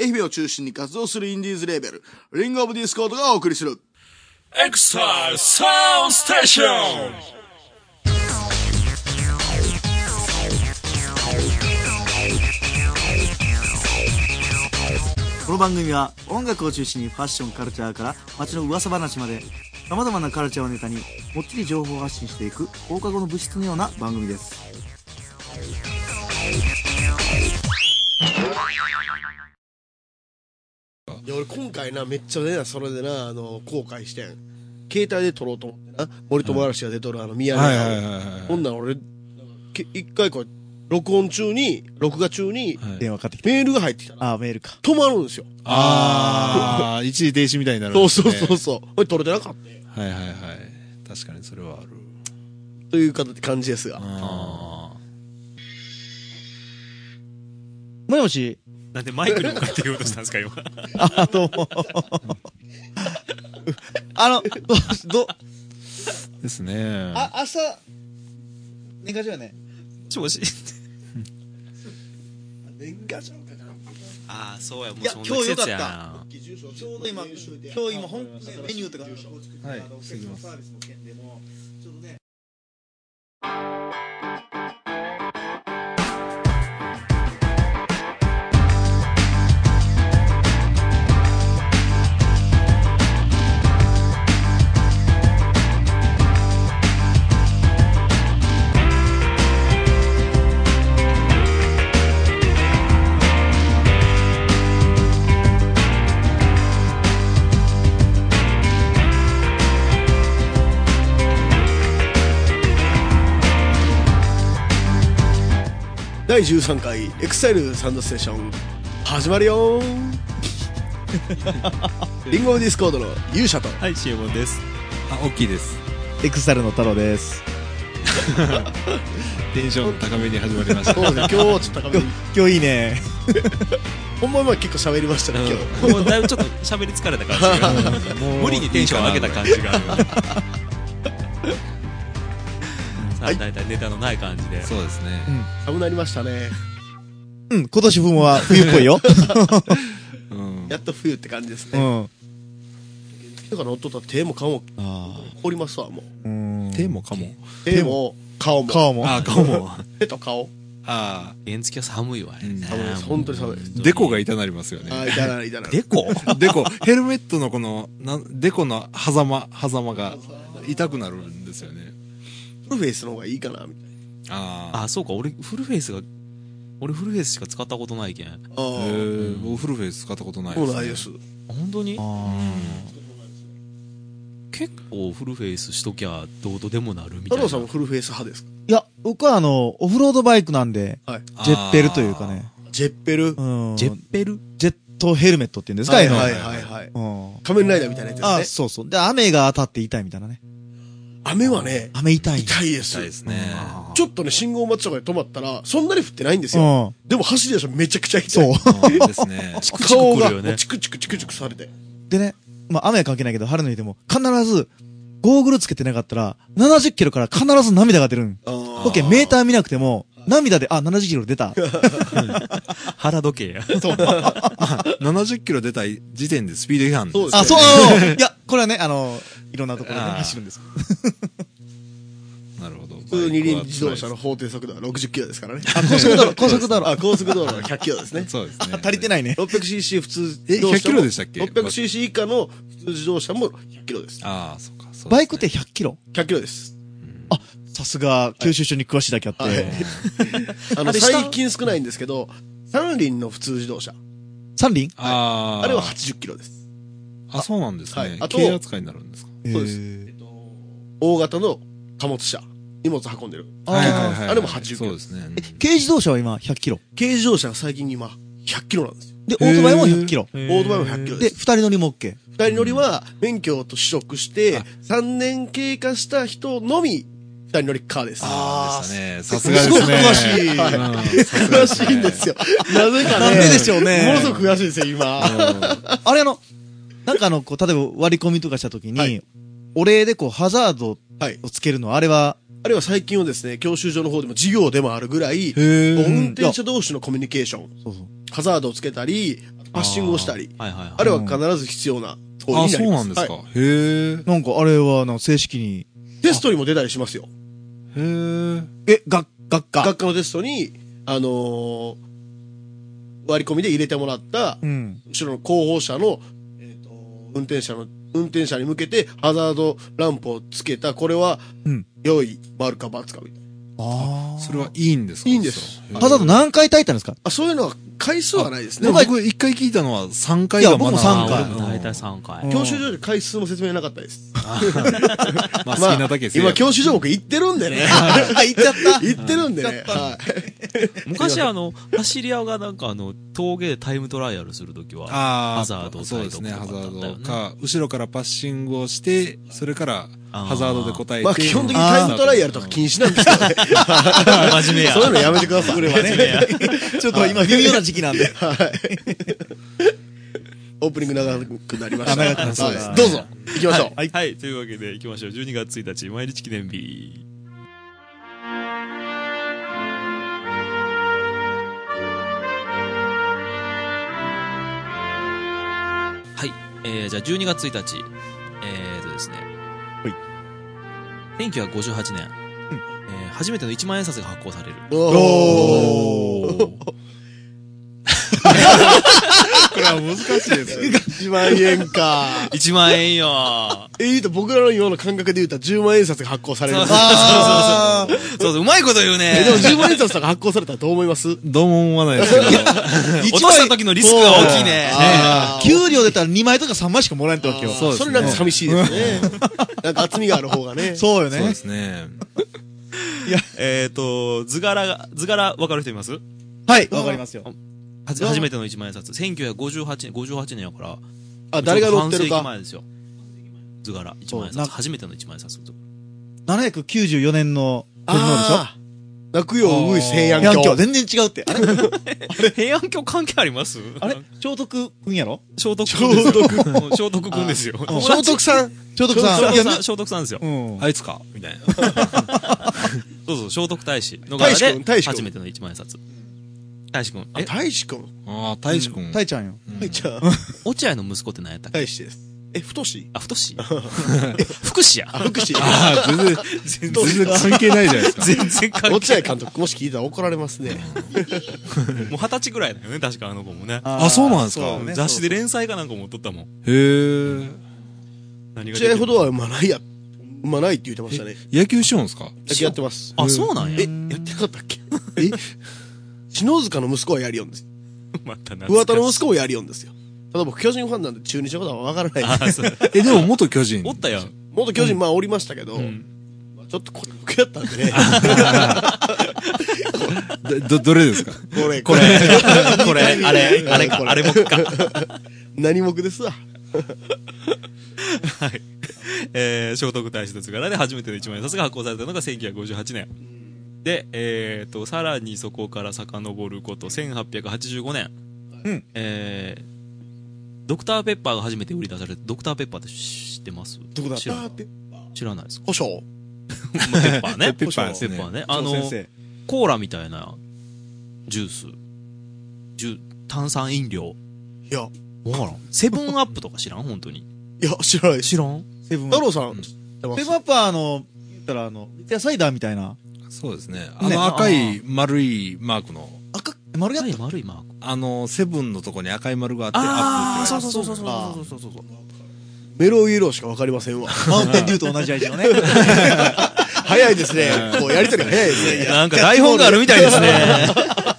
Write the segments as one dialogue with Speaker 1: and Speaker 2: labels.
Speaker 1: 愛媛を中心に活動するインディーズレーベル、リングオブディスコードがお送りする。
Speaker 2: エクササウンステーション
Speaker 3: この番組は音楽を中心にファッションカルチャーから街の噂話まで様々なカルチャーをネタにもっちり情報を発信していく放課後の物質のような番組です
Speaker 4: で俺今回なめっちゃねそれでなあの後悔してん携帯で撮ろうと思ってな森友嵐が出とるあの宮根
Speaker 2: はいはい
Speaker 4: さ
Speaker 2: はい
Speaker 4: ん
Speaker 2: はい
Speaker 4: ほんなら俺け一回こう録音中に録画中に
Speaker 2: はい
Speaker 3: 電話かかってきて
Speaker 4: メールが入ってきたな
Speaker 3: ああメールか
Speaker 4: 止まるんですよ
Speaker 2: ああ、一時停止みたいになるん
Speaker 4: そう
Speaker 2: です
Speaker 4: そう
Speaker 2: ね。
Speaker 4: そうそうこれ撮れてなかった
Speaker 2: はいはいはい。確かにそれはある。
Speaker 4: という形感じですが
Speaker 2: あ
Speaker 3: もしもし
Speaker 5: なんでマイクに向かって言おうとしたんですか、今。
Speaker 3: あどうもあのど
Speaker 2: ーですね。
Speaker 3: あ朝年賀状やね
Speaker 5: もしもし。
Speaker 4: 年賀状かな
Speaker 5: ああ、そうや、もう
Speaker 3: いや
Speaker 5: そんな季節や
Speaker 3: 今日よ
Speaker 5: な。
Speaker 3: ちょうど今、今日今、本メニューとか、はい、お客様サービスの件でも、ちょっとね、
Speaker 4: 第13回エクサイルサウンドステーション始まるよーリンゴオブディスコードの勇者と
Speaker 5: はい、シエモンです。
Speaker 2: あ、大きいです。
Speaker 3: エクサルの太郎です。
Speaker 2: テンション高めに始まりました。
Speaker 4: そうですね今日はちょっと高めに
Speaker 3: 今日いいね。
Speaker 4: ほんま今結構喋りましたね今日
Speaker 5: うんもうだいぶちょっと喋り疲れた感じが。 無理にテンション上げた感じがある。さあ、だいたいネタのない感じで。
Speaker 2: そうですね。
Speaker 4: 寒なりましたね
Speaker 3: うん、今年分は冬っぽい よ。
Speaker 2: うん。
Speaker 4: やっと冬って感じです
Speaker 3: う
Speaker 4: ね、
Speaker 3: ん。
Speaker 4: だからおっとったら手も顔も
Speaker 2: あ
Speaker 4: 凍りますわもう
Speaker 3: うーん
Speaker 2: あ。手もかも。
Speaker 4: 手も顔も
Speaker 3: 顔も。
Speaker 2: ああ、かも。
Speaker 4: 手と顔
Speaker 2: ああ。
Speaker 5: 原付は寒いわね。
Speaker 4: 寒いです本当に寒いです
Speaker 2: デコが痛なりますよね。
Speaker 4: ああいたならいたなら
Speaker 5: デコ
Speaker 2: デコ、ヘルメットのこの、なんデコの狭間、狭間が痛くなるんですよね。
Speaker 4: フルフェイスの方がいいかなみたいな
Speaker 2: あ
Speaker 5: あ、そうか、俺、フルフェイスが、俺フルフェイスしか使ったことないけん。あ
Speaker 4: ああ
Speaker 2: あ。へえ、僕フルフェイス使ったことない
Speaker 4: も
Speaker 2: です、
Speaker 4: う
Speaker 2: ね。
Speaker 4: ないです
Speaker 5: 本当に
Speaker 3: あ
Speaker 5: 結構フルフェイスしときゃどうとでもなるみ
Speaker 4: 太
Speaker 5: たい
Speaker 4: 郎
Speaker 5: な。
Speaker 4: さんもフルフェイス派ですか
Speaker 3: ーいや、僕はあの、オフロードバイクなんで、
Speaker 4: はい
Speaker 2: あー
Speaker 3: ジェッペルというかね。
Speaker 4: ジェッペルは
Speaker 3: うん。
Speaker 5: ジェッペル
Speaker 3: ジェットヘルメットっていうんですか、
Speaker 4: い
Speaker 3: あ
Speaker 4: は
Speaker 3: あ
Speaker 4: い
Speaker 3: いう
Speaker 4: はいはい
Speaker 3: のうん。
Speaker 4: 仮面ライダーみたいなやつ
Speaker 3: あ、
Speaker 4: ですね
Speaker 3: そうそう。で、雨が当たって痛いみたいなね。
Speaker 4: 雨はね
Speaker 3: 雨痛い。
Speaker 4: 痛いです
Speaker 2: 痛いですね。
Speaker 4: ちょっとね信号待ちとかで止まったらそんなに降ってないんですよ
Speaker 3: うん。
Speaker 4: でも走り出したらめちゃくちゃ痛い
Speaker 3: そう。
Speaker 2: そうです ね。
Speaker 5: チクチク
Speaker 4: 顔
Speaker 5: く
Speaker 4: が
Speaker 5: るよ
Speaker 4: もう
Speaker 5: ね。
Speaker 4: チクチクチクチクされて
Speaker 3: でね、まあ雨は関係ないけど、晴れの日でも、必ず、ゴーグルつけてなかったら、70キロから必ず涙が出るん。
Speaker 4: あ
Speaker 3: オッケー、メーター見なくても、涙で、あ、70キロ 出た。
Speaker 5: 腹時計や。
Speaker 2: 70キロ出た時点でスピード違反
Speaker 4: そうです
Speaker 3: あ、そういや、これはね、あの、いろんなところでね
Speaker 2: あー
Speaker 3: 走るんです。
Speaker 2: なるほど。普
Speaker 4: 普通二輪自動車の法定速度は60キロですからね
Speaker 3: あ、高速道路、高速道路。
Speaker 4: あ高速道路は100キロですね
Speaker 2: そうですね。
Speaker 3: 足りてないね。
Speaker 4: 600cc 普通
Speaker 2: え
Speaker 4: 自動車
Speaker 2: 100
Speaker 4: も
Speaker 2: キロでしたっけ
Speaker 4: 600cc 以下の普通自動車も100キロです
Speaker 2: ああ、そうか。そうですね
Speaker 3: バイクって100キロ
Speaker 4: 100キロです
Speaker 3: あ、さすが、九州所に詳しいだけあって。
Speaker 4: はいあの
Speaker 5: あれ下
Speaker 4: 最近少ないんですけど三輪の普通自動車
Speaker 3: 三輪
Speaker 2: ああ。
Speaker 4: あれは80キロです
Speaker 2: あ、そうなんです
Speaker 4: はい
Speaker 2: ね。
Speaker 4: あと
Speaker 2: 軽扱いになるんですか。
Speaker 4: そうです
Speaker 3: す。
Speaker 4: 大型の貨物車荷物運んでる
Speaker 3: あ
Speaker 4: あれも80キロ
Speaker 2: そうですね。
Speaker 3: ー軽自動車は今100キロ。
Speaker 4: 軽自動車が最近今100キロなんですよ
Speaker 3: で、オートバイも100キロ。
Speaker 4: オートバイも100キロ
Speaker 3: で、
Speaker 4: で
Speaker 3: 二
Speaker 4: す
Speaker 3: 人乗りも OK。
Speaker 4: 二人乗りは免許と取得して3年経過した人のみ二人乗りカーです
Speaker 2: ああ。ね。さす
Speaker 3: ご
Speaker 2: がですね。
Speaker 3: く詳しい。
Speaker 2: うんさすが
Speaker 4: 詳
Speaker 2: ですね
Speaker 4: しいんですよなぜかね
Speaker 3: なんででしょうね
Speaker 4: ものすごく詳しいですよ今
Speaker 3: あれあの、なんかあの、こう、例えば割り込みとかしたとき
Speaker 4: は
Speaker 3: に
Speaker 4: い、
Speaker 3: お礼でこう、ハザード
Speaker 4: はい
Speaker 3: をつけるのは、あれは、
Speaker 4: あるいは最近はですね、教習所の方でも授業でもあるぐらい、
Speaker 2: へー
Speaker 4: 運転者同士のコミュニケーション、
Speaker 3: そうそう。
Speaker 4: ハザードをつけたり、パッシングをしたり、
Speaker 5: はいはいはい。
Speaker 4: あれは必ず必要な行
Speaker 2: あ、
Speaker 4: 為
Speaker 2: そ
Speaker 4: に
Speaker 2: う
Speaker 4: な
Speaker 2: な
Speaker 4: り
Speaker 2: んで
Speaker 4: ます。
Speaker 2: すか。
Speaker 4: は
Speaker 2: へえ。
Speaker 6: なんかあれは、あの、正式に、
Speaker 4: いテストにも出たりしますよ。
Speaker 2: へえ。
Speaker 6: え、学、学科。
Speaker 4: 学科のテストに、あのー割り込みで入れてもらった、
Speaker 6: うん。
Speaker 4: 後ろの後方車の、えーと運転者の、運転者に向けてハザードランプをつけた、これは
Speaker 6: うん、
Speaker 4: 良い、丸か×かみたいな。
Speaker 6: あ
Speaker 2: それはいいんですか
Speaker 4: いいんです。
Speaker 2: そう
Speaker 6: ハザード何回焚いたんですか
Speaker 4: あ、そういうのは回数はないです
Speaker 2: で
Speaker 4: ね
Speaker 2: も。僕一回聞いたのは3回がま
Speaker 6: い
Speaker 2: だ
Speaker 6: や僕も三回
Speaker 5: あー俺も大体三回。
Speaker 4: 教習所で回数も説明なかったです。
Speaker 2: まあ好きなだけせいや
Speaker 4: 今、教習所僕行ってるんでね。
Speaker 6: 行っちゃった
Speaker 4: 行ってるんでね。はい
Speaker 5: 昔あの、走り屋がなんかあの、峠でタイムトライアルするときは、
Speaker 2: あー
Speaker 5: ハザードを
Speaker 2: そうですね、
Speaker 5: タイ
Speaker 2: ハ
Speaker 5: ト
Speaker 2: ザ
Speaker 5: ルとかだったよ
Speaker 2: ー
Speaker 5: ね
Speaker 2: ドか、後ろからパッシングをして、それから
Speaker 5: あー
Speaker 2: ハザードで答えて。
Speaker 4: まあ、基本的にタイムトライアルとか禁止なんですけどね。
Speaker 5: 真面目や
Speaker 4: そう。いうのやめてください。
Speaker 6: ちょっと今微妙な時期なんで。
Speaker 4: オープニング長くなりました。
Speaker 6: あ長くなりました
Speaker 4: はいどうぞ、行きましょう。
Speaker 5: はい、はい、というわけで行きましょう。12月1日、毎日記念日。はい、えー、じゃあ12月1日、えーとですね。はい。1958年、えー初めての1万円札が発行される。
Speaker 4: おー。
Speaker 2: これは難しいです。
Speaker 4: 1万円か。
Speaker 5: 1万 円よー
Speaker 4: え、言うと僕らの今の感覚で言うと10万円札が発行される。
Speaker 5: そう
Speaker 4: あー
Speaker 5: そうそう、うまいこと言うね
Speaker 4: えでも10万円札とか発行されたらどう思います
Speaker 2: どうも思わないですけど。
Speaker 5: 落とした時のリスクが大きいね。
Speaker 4: あー
Speaker 6: 給料出たら2枚とか3枚しかもらえんってわけよ。
Speaker 2: そうですね
Speaker 4: それなんか寂しいですね。なんか厚みがある方がね。
Speaker 6: そうよ
Speaker 2: そうで
Speaker 6: ね。
Speaker 2: すね。
Speaker 5: えっ、と、図柄が、図柄わかる人います
Speaker 6: はい、わかりますよ。
Speaker 5: はじ初めての一万円札。1958年、58年やから。
Speaker 4: あ、誰が乗ってる
Speaker 5: ちょうど
Speaker 4: か。
Speaker 5: 半世紀前ですよ。図柄、一万円
Speaker 6: そうな
Speaker 5: 札。初めての一万円札。
Speaker 6: 794年の天皇でしょ
Speaker 4: あー泣くよ、うぐいす、平安
Speaker 6: 平安京
Speaker 4: 京。
Speaker 6: 全然違うって。あれ
Speaker 5: 平安京関係あります
Speaker 6: あ れ聖徳君やろ
Speaker 5: 聖徳君ですよ。うん 聖徳君ですよ。
Speaker 6: あ
Speaker 5: 聖
Speaker 4: 聖徳さん。
Speaker 6: 聖徳さん。
Speaker 5: 徳さん、聖徳さん ですよ。
Speaker 6: うん。
Speaker 2: あいつかみたいな。
Speaker 5: そうそう、聖徳太子の柄
Speaker 4: 太子君
Speaker 5: で、
Speaker 4: 太子君
Speaker 5: 初めての一万円札。太子君。
Speaker 4: あ
Speaker 5: え、
Speaker 4: 大志くん。
Speaker 2: ああ、大志くん。
Speaker 6: たいちゃんよ。
Speaker 4: 大ちゃん。
Speaker 5: 落合の息子って何やったっけ
Speaker 4: 大志です。え、太し
Speaker 5: あ、太しえ福士や。
Speaker 4: あ、福祉。
Speaker 2: ああ、全然、全然関係ないじゃないですか。
Speaker 5: 全然関係ない。
Speaker 4: 落合監督、もし聞いたら怒られますね。
Speaker 5: もう二十歳ぐらいだよね、確かあの子もね。
Speaker 2: あ、そうなんですか
Speaker 6: そう。ね
Speaker 5: 雑誌で連載かなんかも撮ったもん。
Speaker 2: へえ。
Speaker 5: 何が出
Speaker 4: 試
Speaker 5: て
Speaker 4: 合
Speaker 5: る
Speaker 4: ほどは生まないや。生まないって言ってましたね。
Speaker 2: 野球しようんすか
Speaker 4: 野球やってます。
Speaker 5: あ、そうなんや。
Speaker 4: え、やってなかったっけえ 篠塚の息子はやりよんです。
Speaker 5: また懐かしい
Speaker 4: 桑田の息子もやりよんですよ。ただ僕、巨人ファンなんで中日のことはわから ないです。
Speaker 5: あそう
Speaker 2: え、でも元巨人。
Speaker 5: おったやん。
Speaker 4: 元巨人、まあおりましたけど、まあちょっとこれ僕やったんでね。
Speaker 2: ど、ど、どれですか
Speaker 4: これ、
Speaker 5: これ、これ、あれ、あれか
Speaker 4: こ、れ
Speaker 5: あれもか。
Speaker 4: 何目ですわ。
Speaker 5: はい。えー、聖徳太子の図柄で初めての一万円札が発行されたのが1958年。で、えーと、さらにそこから遡ること、1885年。
Speaker 6: うん
Speaker 5: えー、ドクターペッパーが初めて売り出されて、ドクターペッパーって知ってますど
Speaker 6: こだった
Speaker 5: 知らない。知らないですか
Speaker 4: 胡椒。
Speaker 5: ペッパーね。
Speaker 2: ペッパーですね
Speaker 5: ペッパーね。あの、
Speaker 6: 先
Speaker 5: コーラみたいなジュース。ジュ炭酸飲料。
Speaker 4: いや、
Speaker 5: わからん。セブンアップとか知らん本当に。
Speaker 4: いや、知らないです。
Speaker 5: 知らん
Speaker 6: 生セブンア
Speaker 4: 太
Speaker 6: ップ。
Speaker 4: 郎さん、知ってま
Speaker 6: セ
Speaker 4: す
Speaker 6: ブンアップはあの、言ったらあの、三ツ矢サイダーみたいな。
Speaker 2: そうですね。あの赤い丸いマークの、
Speaker 6: 赤、丸やっ
Speaker 5: 丸い
Speaker 6: た
Speaker 5: 丸いマーク。
Speaker 2: あの、セブンのとこに赤い丸があって、
Speaker 5: あ
Speaker 2: ア
Speaker 5: あ、
Speaker 2: ップ
Speaker 5: そ
Speaker 2: ルっ
Speaker 5: う
Speaker 2: て
Speaker 5: そう
Speaker 2: 書いて
Speaker 5: そうそうそう
Speaker 4: あ
Speaker 5: そうそうそうそう。
Speaker 4: メロウイエローしかわかりませんわ。
Speaker 6: マウンテンデューと同じ味のね。
Speaker 4: 早いですね。こう、やりとりが早いですね。
Speaker 5: なんか台本があるみたいですね。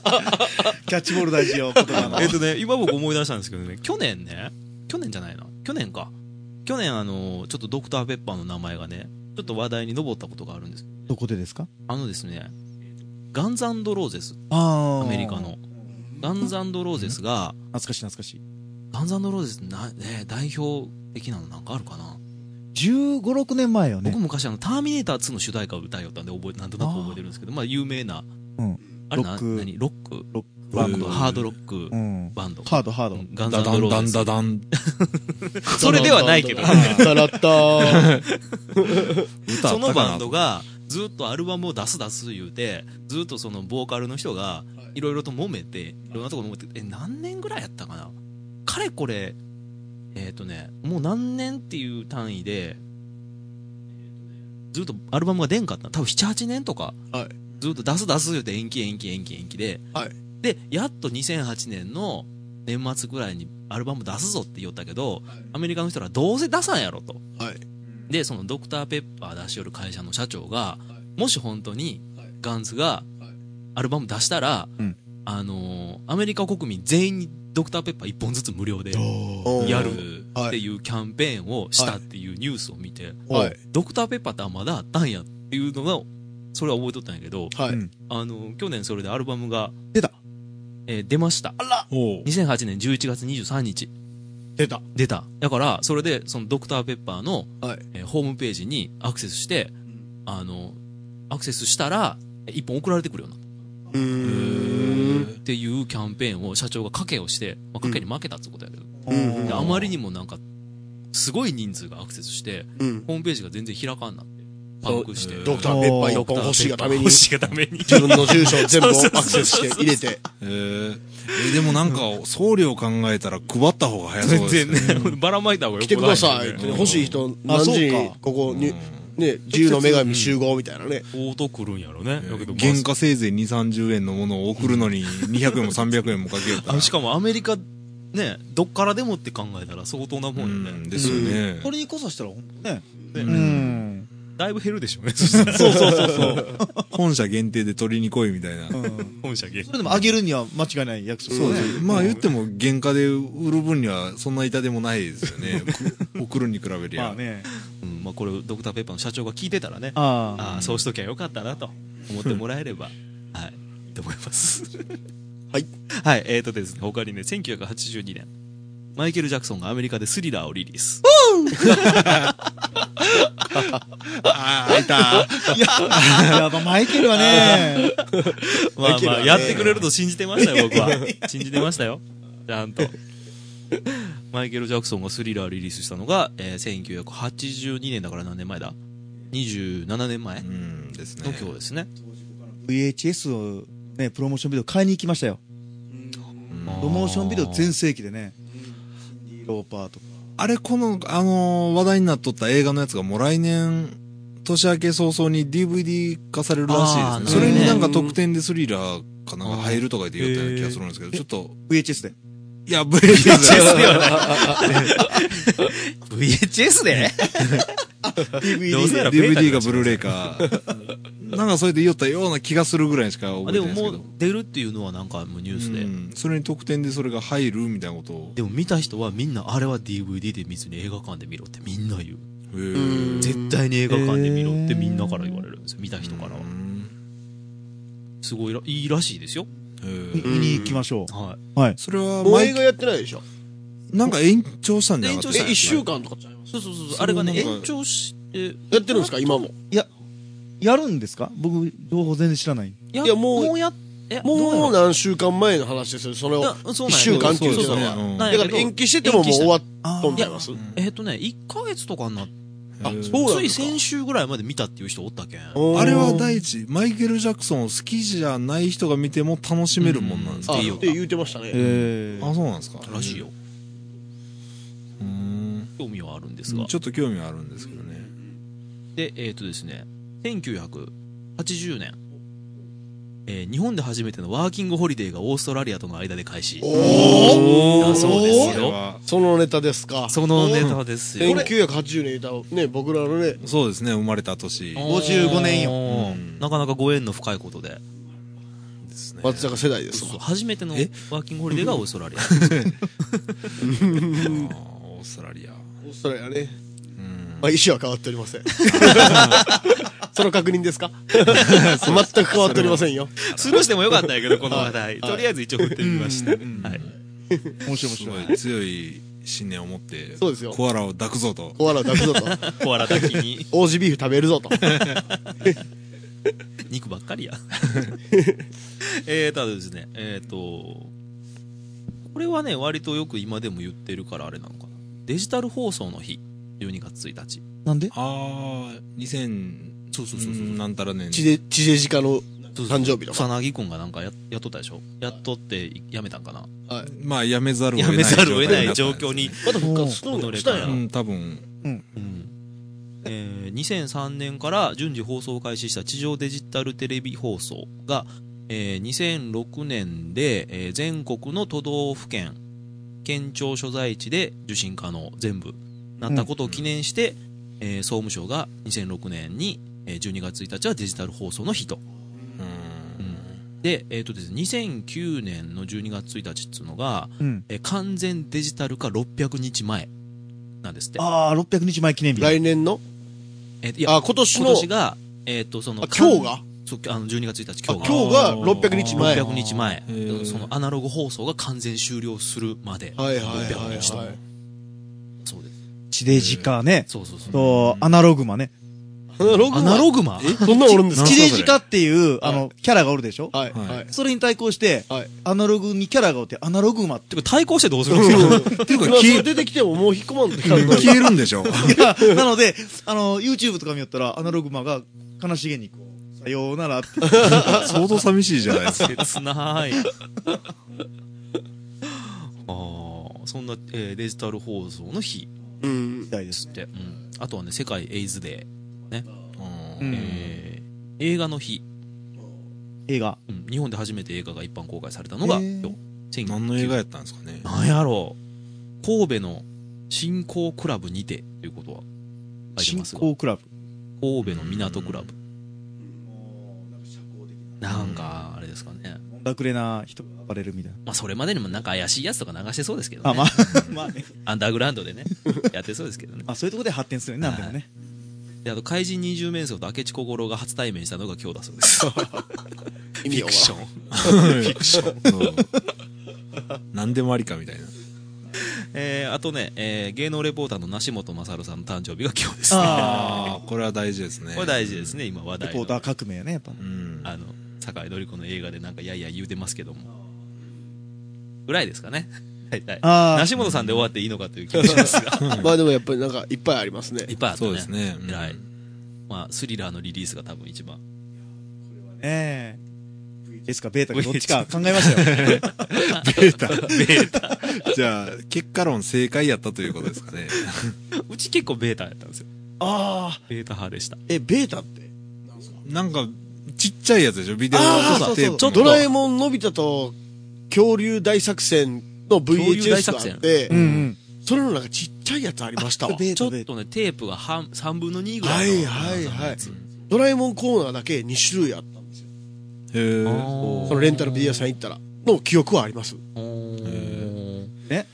Speaker 6: キャッチボール大事よ、言葉の
Speaker 5: えっとね、今僕思い出したんですけどね、去年ね、去年じゃないな、去年か。去年あの、ちょっとドクターペッパーの名前がね、ちょっと話題に上ったことがあるんです。
Speaker 6: どこでですか
Speaker 5: あのですね、ガンザンドローゼス、
Speaker 6: あ
Speaker 5: ア
Speaker 6: ー
Speaker 5: メリカ。の。ガンザンドローゼスが、
Speaker 6: 懐かしい懐かしい。
Speaker 5: ガンザンドローゼスな、ね、代表的なのなんかあるかな、
Speaker 6: 15、6年前よね
Speaker 5: 僕。昔あの、ターミネーター2の主題歌を歌いよったんで、覚え、なんとなく覚えてるんですけど、まあ、有名な、
Speaker 6: うん
Speaker 5: あれな、
Speaker 6: ロック
Speaker 5: 何ロック
Speaker 6: ロック
Speaker 5: バ
Speaker 6: バ
Speaker 5: ン
Speaker 6: ン
Speaker 5: ド、
Speaker 6: ド。
Speaker 5: ハードロック
Speaker 6: うん。
Speaker 5: バンド。
Speaker 6: ハード、ハード。
Speaker 5: ガンザ
Speaker 2: ダ
Speaker 5: ン
Speaker 2: ダ
Speaker 5: ド
Speaker 2: ン
Speaker 5: ロ
Speaker 2: ダ
Speaker 5: ー
Speaker 2: ン
Speaker 5: ゼス
Speaker 2: ダ。ダン。
Speaker 5: それではないけど、
Speaker 4: タラッター。
Speaker 2: 歌あった
Speaker 5: その
Speaker 2: か
Speaker 5: バ
Speaker 2: な
Speaker 5: ンドが、ずっとアルバムを出す出す言うて、ずっとそのボーカルの人が、いろいろと揉めて、いろんなところ揉めて、え、何年ぐらいやったかなかれこれ、えっ、とね、もう何年っていう単位で、ずっとアルバムが出んかった。多分7、8年とか、
Speaker 4: はい
Speaker 5: ずっと出す出す言うて延期延期延期延期で、
Speaker 4: はい
Speaker 5: で、やっと2008年の年末ぐらいにアルバム出すぞって言ったけど、アメリカの人らどうせ出さんやろと。
Speaker 4: はい
Speaker 5: で、そのドクターペッパー出しよる会社の社長が、もし本当にガンズがアルバム出したら、
Speaker 2: うん
Speaker 5: あのーアメリカ国民全員にドクターペッパー1本ずつ無料でやるっていうキャンペーンをしたっていうニュースを見て、
Speaker 4: はい
Speaker 5: ドクターペッパーってあまだあったんやっていうのが、それは覚えとったんやけど、
Speaker 4: はい
Speaker 2: うん
Speaker 5: あのー去年それでアルバムが
Speaker 2: 出た、
Speaker 5: えー出ました。
Speaker 2: おう
Speaker 5: 2008年11月23日。
Speaker 4: 出た
Speaker 5: 出た。だから、それで、そのドクターペッパーの、
Speaker 4: はい
Speaker 5: えーホームページにアクセスして、あの、アクセスしたら、え一本送られてくるようになっ
Speaker 4: うーん
Speaker 5: たっていうキャンペーンを社長が賭けをして、まあ、賭けに負けたってことやけど、
Speaker 4: うん
Speaker 5: であまりにもなんか、すごい人数がアクセスして、
Speaker 4: うん
Speaker 5: ホームページが全然開かんなって、パンクして。
Speaker 4: ドクターペッパー一本欲しいがために
Speaker 5: 欲しいがた めに。
Speaker 4: 自分の住所を全部アクセスして入れて
Speaker 2: えーえでもなんか、送料考えたら配った方が早そう
Speaker 5: 全
Speaker 2: です
Speaker 5: 然
Speaker 2: ね。
Speaker 5: ね、ばらまいた方がよ
Speaker 4: 来てくださいっ
Speaker 5: ってて
Speaker 4: ね欲しい人
Speaker 2: あ
Speaker 4: 何時
Speaker 2: そう
Speaker 4: に
Speaker 2: か
Speaker 4: ここにね自由の女神集合みたいなね
Speaker 5: 音来るんやろね。だけどまあ
Speaker 2: 原価せいぜい2、30円のものを送るのに、200円も300円もかけるか
Speaker 5: あ
Speaker 2: ら。
Speaker 5: のしかもアメリカ、ね、どっからでもって考えたら相当なも
Speaker 2: うん
Speaker 5: よ
Speaker 2: ん
Speaker 5: ね。
Speaker 2: ですよね。
Speaker 3: これにこそしたら、ほんとね。
Speaker 5: ね
Speaker 3: うん。
Speaker 5: だいぶ減るでしょうね。そしたら
Speaker 3: そうそうそうそう。
Speaker 2: 本社限定で取りに来いみたいな。
Speaker 3: うん
Speaker 5: 本社ゲー
Speaker 3: それでもあげるには間違いない約束
Speaker 2: そう
Speaker 3: ね
Speaker 2: ですまあ言っても原価で売る分にはそんな痛手もないですよねく送るに比べり
Speaker 3: まあ
Speaker 2: ゃ、
Speaker 3: ね。
Speaker 5: うん、まあこれをドクターペッパーの社長が聞いてたらね、あ
Speaker 3: あ
Speaker 5: あー、そうしときゃよかったなと思ってもらえれ ば、はい、いいと思います。
Speaker 4: はい。
Speaker 5: はい、えーとですね、他にね、1982年、マイケル・ジャクソンがアメリカでスリラーをリリース。
Speaker 2: ああいた
Speaker 3: あ。やっぱマイケルはね。
Speaker 5: まあまあ、
Speaker 4: ね
Speaker 5: やってくれると信じてま したよ、僕は。信じてましたよ。ちゃんと。 マイケル・ジャクソンがスリラーリリースしたのが、えー1982年だから何年前だ ?27 年前
Speaker 2: う
Speaker 5: の
Speaker 2: んですね
Speaker 5: 今日ですね。
Speaker 3: VHS をね、プロモーションビデオ買いに行きましたよ。プロモーションビデオ全盛期でね。ローパーとか。
Speaker 2: あれこのあのー話題になっとった映画のやつがもう来年年明け早々に DVD 化されるらし
Speaker 5: あー
Speaker 2: いですねそ
Speaker 5: な
Speaker 2: れ
Speaker 5: るほどね
Speaker 2: になんか特典でスリラーかなんか入るとか言って言ったような気がするんですけどちょっと
Speaker 3: VHS で。
Speaker 2: いや VHS で
Speaker 5: VHS でどう
Speaker 3: DVD
Speaker 5: せなら
Speaker 3: で。
Speaker 5: ベータに
Speaker 2: DVD がブルーレイかなんかそれで言ったような気がするぐらいしか覚
Speaker 5: あ
Speaker 2: えて
Speaker 5: でも
Speaker 2: ないです
Speaker 5: も
Speaker 2: け
Speaker 5: う
Speaker 2: ど
Speaker 5: 出るっていうのはなんかもうニュースで、
Speaker 2: うんそれに特典でそれが入るみたいなことを
Speaker 5: でも見た人はみんなあれは DVD で見ずに映画館で見ろってみんな言う、
Speaker 2: へー
Speaker 5: 絶対に映画館で見ろってみんなから言われるんですよ見た人からは、
Speaker 2: うん
Speaker 5: すごいらいいらしいですよ
Speaker 2: へ
Speaker 3: 見
Speaker 2: ー
Speaker 3: に行きましょ
Speaker 5: は
Speaker 3: う。はい。
Speaker 2: それは
Speaker 4: もう
Speaker 2: 前
Speaker 4: 映画やってないでしょ
Speaker 2: なんか延長したんじゃなかった
Speaker 5: 延
Speaker 4: え
Speaker 5: 長し
Speaker 4: 1
Speaker 5: た
Speaker 4: 週間とかちゃいま
Speaker 5: い
Speaker 4: す
Speaker 5: そうそうそうそうあれがね
Speaker 2: そのなんか
Speaker 5: 延長して
Speaker 4: やってるんですか今も
Speaker 3: やるんですか僕、情報全然知らない。
Speaker 5: や
Speaker 4: いやもう
Speaker 5: もうやえど
Speaker 4: もう
Speaker 5: うな
Speaker 4: 何週間前の話ですよそれをだか
Speaker 5: のそう
Speaker 4: 一週間っていうの
Speaker 5: そうそう
Speaker 4: は
Speaker 2: うん
Speaker 5: なんやけど
Speaker 4: ら延期しててももう終わっ
Speaker 3: あ
Speaker 4: とんちゃいます
Speaker 5: えっとね1ヶ月とかになって
Speaker 4: あ
Speaker 2: うん
Speaker 4: そうなん
Speaker 5: つ
Speaker 4: で
Speaker 5: い
Speaker 4: すか
Speaker 5: 先週ぐらいまで見たっていう人おったけん
Speaker 2: あれは第一、マイケル・ジャクソンを好きじゃない人が見ても楽しめるもんなんです
Speaker 4: あ
Speaker 2: か、
Speaker 4: っ
Speaker 5: うんいいよ
Speaker 4: て言うてましたね
Speaker 3: え
Speaker 2: あ、そうなんですか。
Speaker 5: らしいよ
Speaker 2: うーん。
Speaker 5: 興味はあるんですが
Speaker 2: ちょっと興味はあるんですけどね。
Speaker 5: で、えっ、とですね、1980年、えー日本で初めてのワーキングホリデーがオーストラリアとの間で開始。だそうですよ。
Speaker 4: そのネタですか
Speaker 5: そのネタですよ。
Speaker 4: 1980年歌をね僕らのね
Speaker 2: そうですね、生まれた年。
Speaker 3: 55年よ
Speaker 5: よなかなかご縁の深いことで。
Speaker 4: 松坂世代です
Speaker 5: そうそう
Speaker 4: わ
Speaker 5: 初めてのワ
Speaker 2: え
Speaker 5: ーキングホリデーがオーストラリア。
Speaker 2: あーオーストラリア。
Speaker 4: オーストラリアね
Speaker 2: うん。
Speaker 4: まあ意思は変わっておりませんその確認ですか全く変わっておりませんよ
Speaker 5: スルーしてもよかったんやけど、この話題。とりあえず一応振ってみました。はい。
Speaker 3: え面白い面
Speaker 2: す
Speaker 3: 白
Speaker 2: ご
Speaker 3: い。
Speaker 2: い強い信念を持って、
Speaker 4: そうですよ
Speaker 2: コアラを抱くぞと。
Speaker 4: コアラを抱くぞと
Speaker 5: コアラだけに
Speaker 4: オージービーフ食べるぞと
Speaker 5: 肉ばっかりや。えーと、あとですね、えーと、これはね、割とよく今でも言ってるからあれなのかな。デジタル放送の日、12月1日。
Speaker 3: なんで
Speaker 2: ああ、2000、
Speaker 5: そうそう
Speaker 2: うんなんたら年。
Speaker 4: 地デジ化の誕生日とか。
Speaker 5: 草薙くんがなんかややっとったでしょやっとってやめたんかな
Speaker 4: はい。
Speaker 2: まあ、やめざるを
Speaker 5: や
Speaker 2: 得ない。
Speaker 5: めざるを得ない状況に。。
Speaker 4: また復活するんだ
Speaker 5: うん
Speaker 4: したんや
Speaker 2: う。ん、多分。
Speaker 5: うんえー2003年から順次放送を開始した地上デジタルテレビ放送が、えー2006年で、えー全国の都道府県県庁所在地で受信可能全部なったことを記念して、えー総務省が2006年に、えー12月1日はデジタル放送の日とで,、えーとですね、2009年の12月1日っていうのが、
Speaker 3: うん
Speaker 5: えー完全デジタル化600日前なんですって
Speaker 3: ああ、600日前記念日。
Speaker 4: 来年の
Speaker 5: えーいや
Speaker 4: あ、今年
Speaker 5: 今
Speaker 4: の、
Speaker 5: 年が、えっ、と、その、
Speaker 4: あ今日が
Speaker 5: そうあの、12月1日、
Speaker 4: あ
Speaker 5: 今日が。
Speaker 4: 今日が600日前。
Speaker 5: 600日前
Speaker 2: へー、
Speaker 5: そのアナログ放送が完全終了するまで。
Speaker 4: はいはいはい
Speaker 5: 600日と
Speaker 4: はい。
Speaker 5: そうです。
Speaker 3: 地デジ化ね。
Speaker 5: そうそうそう。
Speaker 3: と、アナログマね。
Speaker 4: アナログ
Speaker 5: アナログマ
Speaker 4: えそんなんおるんですか
Speaker 3: 地デジ化っていう、あの、キャラがおるでしょ
Speaker 4: はいはい。
Speaker 3: それに対抗して、
Speaker 4: はい。
Speaker 3: アナログにキャラがおって、アナログマって。
Speaker 5: てか対抗してどうするんですか
Speaker 2: っていうか、
Speaker 4: まあそ
Speaker 2: 消
Speaker 4: れ
Speaker 2: え、
Speaker 4: 出てきてももう引っ込まんときた
Speaker 2: 消えるんでしょ
Speaker 3: なので、あの、YouTube とか見よったら、アナログマが悲しげにこう、さようならって。
Speaker 2: 相当寂しいじゃないですか。
Speaker 5: 切ない。 あーそんな、えーデジタル放送の日
Speaker 4: うん。
Speaker 3: たいで。
Speaker 5: ですって、うんあとはね、世界エイズデ
Speaker 2: うん
Speaker 5: ー、
Speaker 3: 映
Speaker 5: えー映画の日、
Speaker 3: 画。
Speaker 5: うん日本で初めて映画が一般公開されたのが、
Speaker 3: へー
Speaker 5: 今日、1900
Speaker 2: 何の映画やったんですか ね。
Speaker 5: なんやろう神戸の新興クラブにてということは書いて
Speaker 3: 新
Speaker 5: ますが
Speaker 3: 興クラブ。
Speaker 5: 神戸の港クラブなんかあれですかね
Speaker 3: 飲んだくれな人が暴れるみたいな。
Speaker 5: まあそれまでにもなんか怪しいやつとか流してそうですけどね
Speaker 3: あ、まあ、まあね。
Speaker 5: アンダーグラウンドでね やってそうですけどね
Speaker 3: まあ、そういうとこで発展するよね、なんでもね。
Speaker 5: であと怪人二十面相と明智小五郎が初対面したのが今日だそうですフ
Speaker 4: 意味が
Speaker 5: ィク
Speaker 4: わ
Speaker 5: ション
Speaker 2: うん何でもありかみたいな。
Speaker 5: えーあとね、えー芸能レポーターの梨本勝さんの誕生日が今日ですね
Speaker 2: ああ、これは大事ですね。
Speaker 5: これ大事ですね今
Speaker 3: レ
Speaker 5: 話題
Speaker 3: ポー
Speaker 5: の
Speaker 3: ター革命やね、やっぱ。
Speaker 2: うん。
Speaker 5: あの、坂井紀子の映画でなんか、いやいや言うてますけども。ぐらいですかね。 はいはい。
Speaker 3: あー
Speaker 5: 梨本さんで終わっていいのかという気がしますが。
Speaker 4: ん。まあでもやっぱりなんかいっぱいありますね
Speaker 5: い。っぱいあったね。
Speaker 2: そうですね。うん
Speaker 5: 偉い。まあ、スリラーのリリースが多分一番。
Speaker 3: ええ。ですか、ベータか、どっちか考えましたよ。
Speaker 2: ベータ。ベータ。じゃあ、結果論正解やったということですかね。
Speaker 5: うち結構ベータやったんですよ。
Speaker 3: ああ。
Speaker 5: ベータ派でした。
Speaker 4: え、ベータって
Speaker 2: なんか、ちっちゃいやつでしょビデオ
Speaker 4: あ
Speaker 2: カ
Speaker 4: ー
Speaker 2: セットテープ
Speaker 5: そうそうそう
Speaker 2: の
Speaker 4: ドラえもんのび太と恐竜大作戦の
Speaker 5: 恐竜大
Speaker 4: VHS
Speaker 5: 作
Speaker 4: が
Speaker 5: 戦
Speaker 4: あって、
Speaker 3: うんうん。
Speaker 4: それのなんかちっちゃいやつありましたわ。
Speaker 3: ベー
Speaker 5: ちょ
Speaker 3: タ
Speaker 5: っ
Speaker 3: ベータ。
Speaker 5: とね、テープが半3分の2ぐ
Speaker 4: は
Speaker 5: らいの。
Speaker 4: いはいはい。ドラえもんコーナーだけ2種類あったんですよ。
Speaker 2: へー
Speaker 5: お
Speaker 4: そのレンタルビデオ屋さん行ったら。の記憶はあります。
Speaker 5: ー
Speaker 3: ね。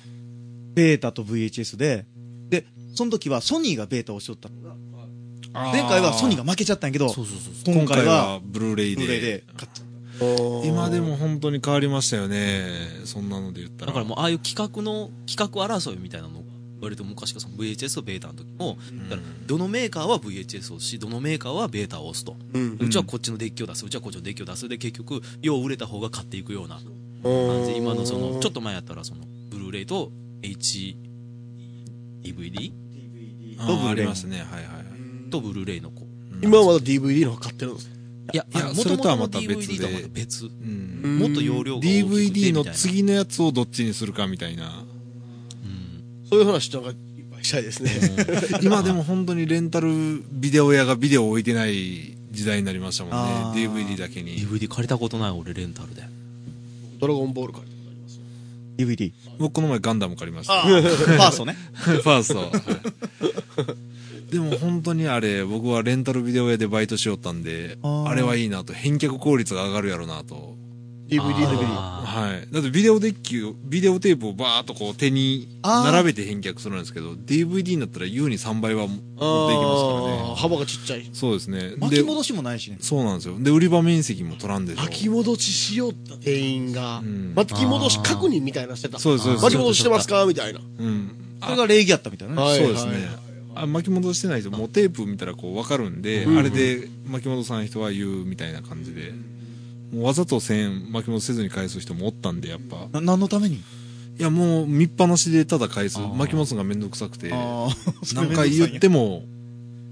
Speaker 3: ベータと VHS で、で、その時はソニーがベータをしとったのが、前回はソニーが負けちゃったんやけど、
Speaker 5: そうそうそうそう。
Speaker 3: 今
Speaker 2: 今
Speaker 3: 回
Speaker 2: 回
Speaker 3: は
Speaker 2: はブルーレイ
Speaker 3: ブルーレイで
Speaker 2: で。
Speaker 3: 買っちゃっ
Speaker 2: 今でも本当に変わりましたよね。そんなので言った
Speaker 5: だ
Speaker 2: ら。
Speaker 5: からもう、ああいう企画の、企画争いみたいなのが、割と昔からその VHS とベータの時も、だから、どのメーカーは VHS を押すし、どのメーカーはベータを押すと。
Speaker 4: うん。
Speaker 5: うちはこっちのデッキを出す、うちはこっちのデッキを出す。で、結局、よう売れた方が買っていくような感じ。今のその、ちょっと前やったら、その、ブルーレイと HDVD
Speaker 2: あー
Speaker 3: ドブル
Speaker 2: ありましたね。はいはいはい。
Speaker 5: とブルーレイの子。
Speaker 4: 今はまだ DVD の方買ってるんです。
Speaker 5: いや、
Speaker 2: いや
Speaker 5: あの
Speaker 2: それとはまた
Speaker 5: 元々の
Speaker 2: 別で
Speaker 5: DVD とはまた別。
Speaker 2: うん
Speaker 5: もっと容量が大きくてみた
Speaker 2: DVD
Speaker 5: いな
Speaker 2: の。次のやつをどっちにするかみたいな。
Speaker 5: うん。
Speaker 4: そういう話なんかいっぱいしたいですね。
Speaker 2: 今でも本当にレンタルビデオ屋がビデオを置いてない時代になりましたも
Speaker 3: あ
Speaker 2: んね。
Speaker 3: ー
Speaker 2: DVD だけに。
Speaker 5: DVD 借りたことない、俺、レンタルで。
Speaker 4: ドラゴンボールから。
Speaker 3: た DVD。
Speaker 2: 僕この前ガンダム借りました。
Speaker 3: ファーストね。
Speaker 2: ファースト。 はいでも本当にあれ、僕はレンタルビデオ屋でバイトしよったんで、
Speaker 3: あー
Speaker 2: あれはいいなと。返却効率が上がるやろなと。
Speaker 4: DVD で見る。
Speaker 5: あ
Speaker 2: はい。だってビデオデッキを、ビデオテープをバーっとこう手に
Speaker 3: あー
Speaker 2: 並べて返却するんですけど、DVD になったら優に3倍は持っていきますから
Speaker 4: ああ、
Speaker 2: ね。
Speaker 4: 幅がちっちゃい。
Speaker 2: そうですね。
Speaker 3: 巻き戻しもないしね。
Speaker 2: そうなんですよ。で、売り場面積も取らんでしょ。
Speaker 4: 巻き戻ししようった店員が
Speaker 2: ん、
Speaker 4: 巻き戻し確認みたいなしてた。
Speaker 2: そうですそうです
Speaker 4: 巻き戻してますかみたいな。
Speaker 2: うん。
Speaker 3: それが礼儀やったみたいなね。
Speaker 4: はい
Speaker 2: そうですね
Speaker 4: はい。
Speaker 2: あ巻き戻してないともうテープ見たらこう分かるんで、あれで巻き戻さない人は言うみたいな感じで。もうわざと1000円巻き戻せずに返す人もおったんで、やっぱ。
Speaker 3: な何のために
Speaker 2: いや、もう見っぱなしでただ返す。巻き戻すのがめんどくさくて。
Speaker 3: ああ、
Speaker 2: 何回言っても、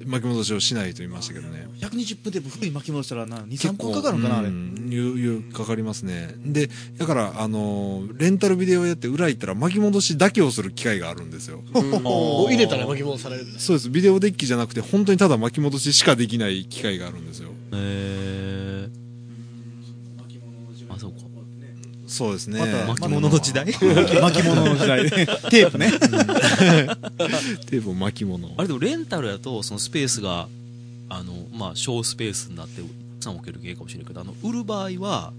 Speaker 2: 巻き戻しをしないと言いましたけどね。
Speaker 3: 120分で古い巻き戻したらな23本かかるんかなあれ、
Speaker 2: うんいういうかかりますね。で、だから、あのーレンタルビデオ屋って裏行ったら巻き戻しだけをする機会があるんですよ。
Speaker 4: もう入れたら巻き戻される。
Speaker 2: そうです。ビデオデッキじゃなくて、本当にただ巻き戻ししかできない機会があるんですよ。
Speaker 5: えー。あ、そうか。
Speaker 2: そうですね。
Speaker 3: ま
Speaker 5: 巻物の時代あ
Speaker 3: 巻物の時代テープね
Speaker 2: テープを巻物。
Speaker 5: れでもレンタルやと、そのスペースが、あの、まあ、小スペースになって、たくさん置ける系かもしれないけど、あの、売る場合は、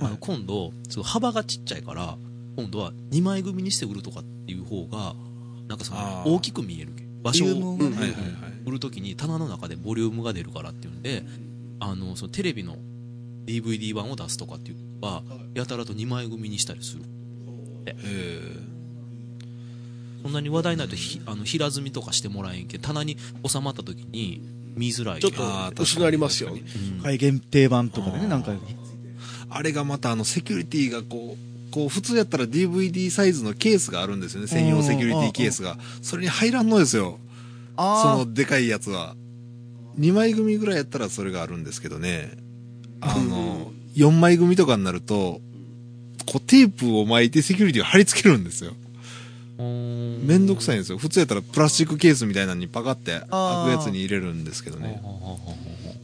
Speaker 5: あの、今度、その幅がちっちゃいから、今度は2枚組にして売るとかっていう方が、なんかそ
Speaker 2: あ
Speaker 5: の、
Speaker 2: ー
Speaker 5: 大きく見える系。場所を
Speaker 3: 理由も
Speaker 5: う
Speaker 2: はい
Speaker 5: ん
Speaker 2: はいはい。
Speaker 5: 売るときに棚の中でボリュームが出るからっていうんで、あの、そのテレビの DVD 版を出すとかっていうのは、やたらと2枚組にしたりする。
Speaker 2: え
Speaker 5: そんなに話題にないとひ、あの、平積みとかしてもらえんけん、棚に収まったときに見づらい
Speaker 4: ち
Speaker 5: け
Speaker 4: ょっ
Speaker 5: ん。
Speaker 2: あー
Speaker 4: と薄くなりますよ。
Speaker 3: はい限定版とかでね何回か
Speaker 2: ーあれがまた、あの、セキュリティがこう、こう、普通やったら DVD サイズのケースがあるんですよね。専用セキュリティケースが。それに入らんのですよ。そ
Speaker 3: あ
Speaker 2: のでかいやつは。2枚組ぐらいやったらそれがあるんですけどね。あの、4枚組とかになると、こうテープを巻いてセキュリティを貼り付けるんですよ。めんどくさいんですよ。普通やったらプラスチックケースみたいなのにパカって
Speaker 3: あー
Speaker 2: 開くやつに入れるんですけどね。